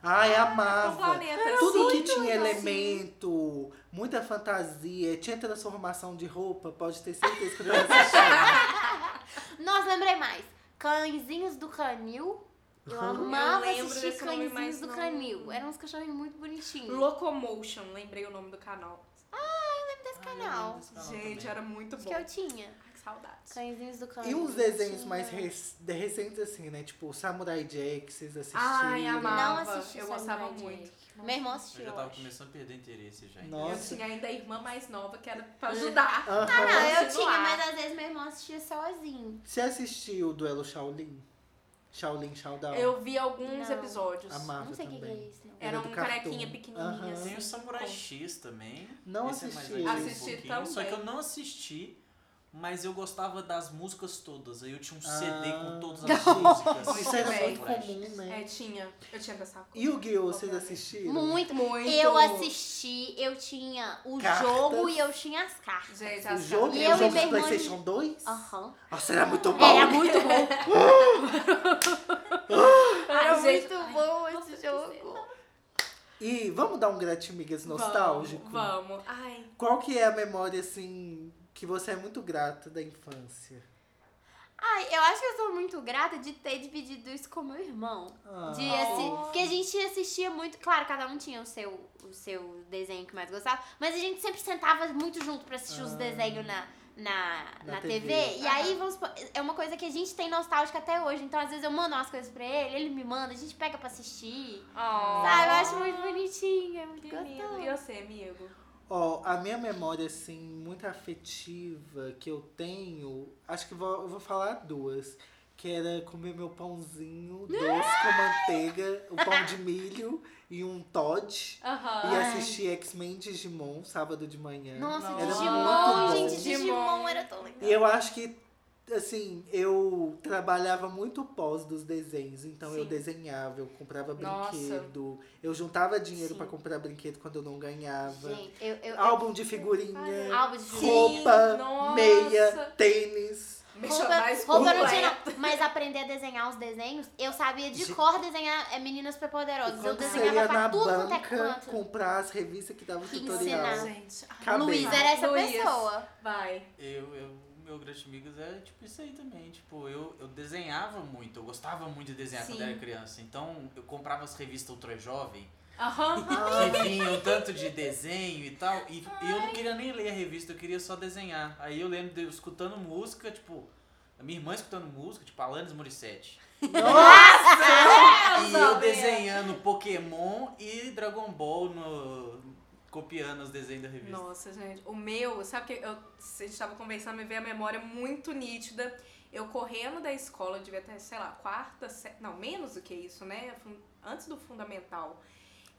Speaker 1: Ai,
Speaker 3: O
Speaker 1: amava.
Speaker 3: planeta.
Speaker 1: Tudo
Speaker 3: sim.
Speaker 1: que tinha
Speaker 3: legal.
Speaker 2: assim.
Speaker 1: elemento, muita fantasia, tinha transformação de roupa, pode ter certeza que eu não assistia.
Speaker 2: Nossa, lembrei mais. Cãezinhos do Canil. Eu amava
Speaker 3: lembro
Speaker 2: assistir
Speaker 3: desse nome, mas
Speaker 2: Cãezinhos do
Speaker 3: não-
Speaker 2: Canil. Eram uns cachorrinhos muito bonitinhos.
Speaker 3: Locomotion, lembrei o nome do canal.
Speaker 4: Ah, Desse
Speaker 2: canal.
Speaker 3: Gente, era muito
Speaker 2: Acho
Speaker 3: bom.
Speaker 2: que eu tinha.
Speaker 3: Ai, que saudades.
Speaker 2: Cãezinhos do Canil.
Speaker 1: E uns desenhos
Speaker 2: tinha.
Speaker 1: mais rec- recentes, assim, né? Tipo, Samurai Jack, vocês assistiram.
Speaker 3: Ai, amava.
Speaker 2: Não assisti
Speaker 3: Eu
Speaker 2: Samurai
Speaker 3: gostava
Speaker 2: Jack.
Speaker 3: muito.
Speaker 2: Meu irmão
Speaker 4: Eu
Speaker 2: assistiu.
Speaker 4: já
Speaker 2: eu
Speaker 4: tava
Speaker 2: acho.
Speaker 4: começando a perder interesse já. hein?
Speaker 1: Nossa.
Speaker 3: Eu tinha ainda a irmã mais nova que era pra ajudar.
Speaker 1: Aham.
Speaker 2: Ah, não, eu
Speaker 3: Continuar.
Speaker 2: tinha, mas às vezes meu irmão assistia sozinho.
Speaker 1: Você assistiu o duelo Shaolin? Shaolin, Shaodown?
Speaker 3: Eu vi alguns
Speaker 2: Não.
Speaker 3: episódios.
Speaker 1: Amava
Speaker 2: não sei o que, que é
Speaker 1: Ah, também.
Speaker 2: isso. não.
Speaker 3: Era
Speaker 1: do
Speaker 3: um
Speaker 1: cartoon.
Speaker 3: carequinha pequenininho,
Speaker 1: Aham.
Speaker 3: assim.
Speaker 4: Tem o Samurai
Speaker 3: Bom.
Speaker 4: X também.
Speaker 1: Não
Speaker 4: Esse é mais
Speaker 1: assisti.
Speaker 4: antigo um
Speaker 3: Assisti
Speaker 4: pouquinho, Só que
Speaker 3: também.
Speaker 4: eu não assisti, mas eu gostava das músicas todas. Aí eu tinha um CD
Speaker 1: Ah.
Speaker 4: com todas
Speaker 1: *laughs*
Speaker 4: as
Speaker 1: Não.
Speaker 4: músicas.
Speaker 1: Isso era
Speaker 3: Véi.
Speaker 1: muito comum, né?
Speaker 3: É, tinha. Eu tinha dessa coisa.
Speaker 1: E o Guiô, vocês
Speaker 3: Obviamente.
Speaker 1: assistiram?
Speaker 2: Muito.
Speaker 3: Muito.
Speaker 2: Eu assisti, eu tinha o
Speaker 1: Cartas.
Speaker 2: jogo e eu tinha as cartas.
Speaker 3: Gente,
Speaker 1: O
Speaker 3: as
Speaker 1: jogo, é
Speaker 2: E
Speaker 1: e
Speaker 2: eu
Speaker 1: o
Speaker 2: e
Speaker 1: jogo
Speaker 2: meu
Speaker 1: de
Speaker 2: irmão, a
Speaker 1: Playstation 2?
Speaker 2: Aham.
Speaker 1: Nossa, era muito bom.
Speaker 2: Era É, muito bom. *laughs* Era
Speaker 3: Ai,
Speaker 2: muito
Speaker 3: gente, ai,
Speaker 2: bom
Speaker 3: nossa,
Speaker 2: esse
Speaker 3: que
Speaker 2: jogo.
Speaker 1: E vamos dar um gratimigas nostálgico?
Speaker 3: Vamos. vamos. Ai.
Speaker 1: Qual que é a memória, assim, que você é muito grato da infância?
Speaker 2: Ai, eu acho que eu sou muito grata de ter dividido isso com meu irmão.
Speaker 1: Ah,
Speaker 2: De, assim, porque a gente assistia muito, claro, cada um tinha o seu, o seu desenho que mais gostava, mas a gente sempre sentava muito junto pra assistir os
Speaker 1: Ah.
Speaker 2: desenhos na, na, na,
Speaker 1: Na
Speaker 2: TV.
Speaker 1: TV.
Speaker 2: E aí, vamos supor, é uma coisa que a gente tem nostálgica até hoje, então às vezes eu mando umas coisas pra ele, ele me manda, a gente pega pra assistir. Sabe, eu acho muito bonitinho, é muito
Speaker 3: Ah, Que lindo.
Speaker 2: gostoso.
Speaker 3: E você, amigo?
Speaker 1: Ó, a minha memória, assim, muito afetiva que eu tenho, acho que vou, eu vou falar duas. Que era comer meu pãozinho doce com manteiga, um pão de milho e um Todd. E
Speaker 3: Aham.
Speaker 2: Ai.
Speaker 1: assistir X-Men Digimon sábado de manhã.
Speaker 2: Nossa,
Speaker 3: Nossa.
Speaker 1: Era
Speaker 2: Digimon,
Speaker 1: muito bom.
Speaker 2: gente, Digimon
Speaker 3: Digimon.
Speaker 2: era tão legal.
Speaker 1: E eu acho que assim, eu trabalhava muito pós dos desenhos, então eu
Speaker 3: Sim.
Speaker 1: desenhava, eu comprava
Speaker 3: Nossa.
Speaker 1: brinquedo, eu juntava dinheiro
Speaker 3: Sim.
Speaker 1: pra comprar brinquedo quando eu não ganhava.
Speaker 2: Gente, eu, eu,
Speaker 1: Álbum de figurinha,
Speaker 2: eu, álbum de
Speaker 3: Sim.
Speaker 1: roupa,
Speaker 3: nossa.
Speaker 1: meia, tênis.
Speaker 2: Roupa, roupa não tinha, não. Mas aprender a desenhar os desenhos, eu sabia de
Speaker 1: Gente.
Speaker 2: cor desenhar é, Meninas Superpoderosas. Eu
Speaker 1: Quando você ia
Speaker 2: desenhava
Speaker 1: na
Speaker 2: pra tudo quanto é
Speaker 1: banca
Speaker 2: canto.
Speaker 1: comprar as revistas que dava
Speaker 2: Que
Speaker 1: tutorial.
Speaker 2: ensinava.
Speaker 3: Gente, ai,
Speaker 1: Acabei.
Speaker 2: Luiz era essa
Speaker 3: Luiz.
Speaker 2: pessoa.
Speaker 3: vai.
Speaker 4: Eu, eu, meu Grande Amigos é tipo isso aí também. Tipo, eu, eu desenhava muito, eu gostava muito de desenhar quando
Speaker 3: Sim.
Speaker 4: era criança. Então eu comprava as revistas Ultra Jovem,
Speaker 3: Aham.
Speaker 1: Ah.
Speaker 4: que vinham tanto de desenho e tal. E, e eu não queria nem ler a revista, eu queria só desenhar. Aí eu lembro de eu escutando música, tipo, a minha irmã escutando música, tipo, Alanis Morissette. E eu desenhando Pokémon e Dragon Ball no. copiando os desenhos da revista.
Speaker 3: Nossa, gente. O meu, sabe que eu, a gente tava conversando, me veio a memória muito nítida. Eu correndo da escola, eu devia ter, sei lá, quarta, sé- não, menos do que isso, né? Fun- Antes do fundamental.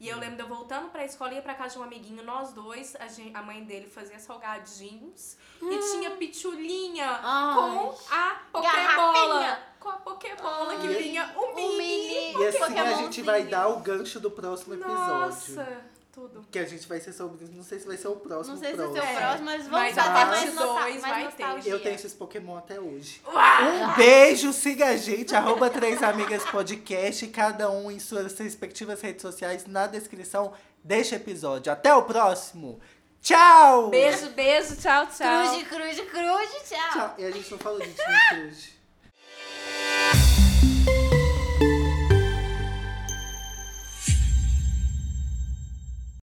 Speaker 3: E eu lembro de eu voltando pra escola, ia pra casa de um amiguinho, nós dois, a, gen- a mãe dele fazia salgadinhos e tinha pitulinha
Speaker 2: Ai,
Speaker 3: com a Pokébola.
Speaker 2: garrafinha.
Speaker 3: Com a Pokébola que
Speaker 1: Ai.
Speaker 3: vinha o
Speaker 2: o
Speaker 3: um mini.
Speaker 2: um mini
Speaker 1: E assim a
Speaker 2: Pokémonzinho.
Speaker 1: gente vai dar o gancho do próximo episódio.
Speaker 3: Nossa, tudo.
Speaker 1: Que a gente vai ser sobre. Não sei se vai ser o próximo.
Speaker 2: Não sei se vai ser o
Speaker 1: próximo.
Speaker 2: próximo, mas vamos
Speaker 3: Mas
Speaker 1: a
Speaker 2: fazer
Speaker 1: parte
Speaker 2: mais, nossa,
Speaker 3: dois
Speaker 2: mais
Speaker 3: vai
Speaker 2: nostalgia.
Speaker 1: Eu tenho esses Pokémon até hoje.
Speaker 3: Uau!
Speaker 1: Um beijo, siga a gente, arroba Três Amigas Podcast, cada um em suas respectivas redes sociais na descrição deste episódio. Até o próximo! Tchau!
Speaker 3: Beijo, beijo, tchau, tchau.
Speaker 2: Cruz, cruz, cruz, tchau.
Speaker 1: Tchau! E a gente não falou de Disney Cruise.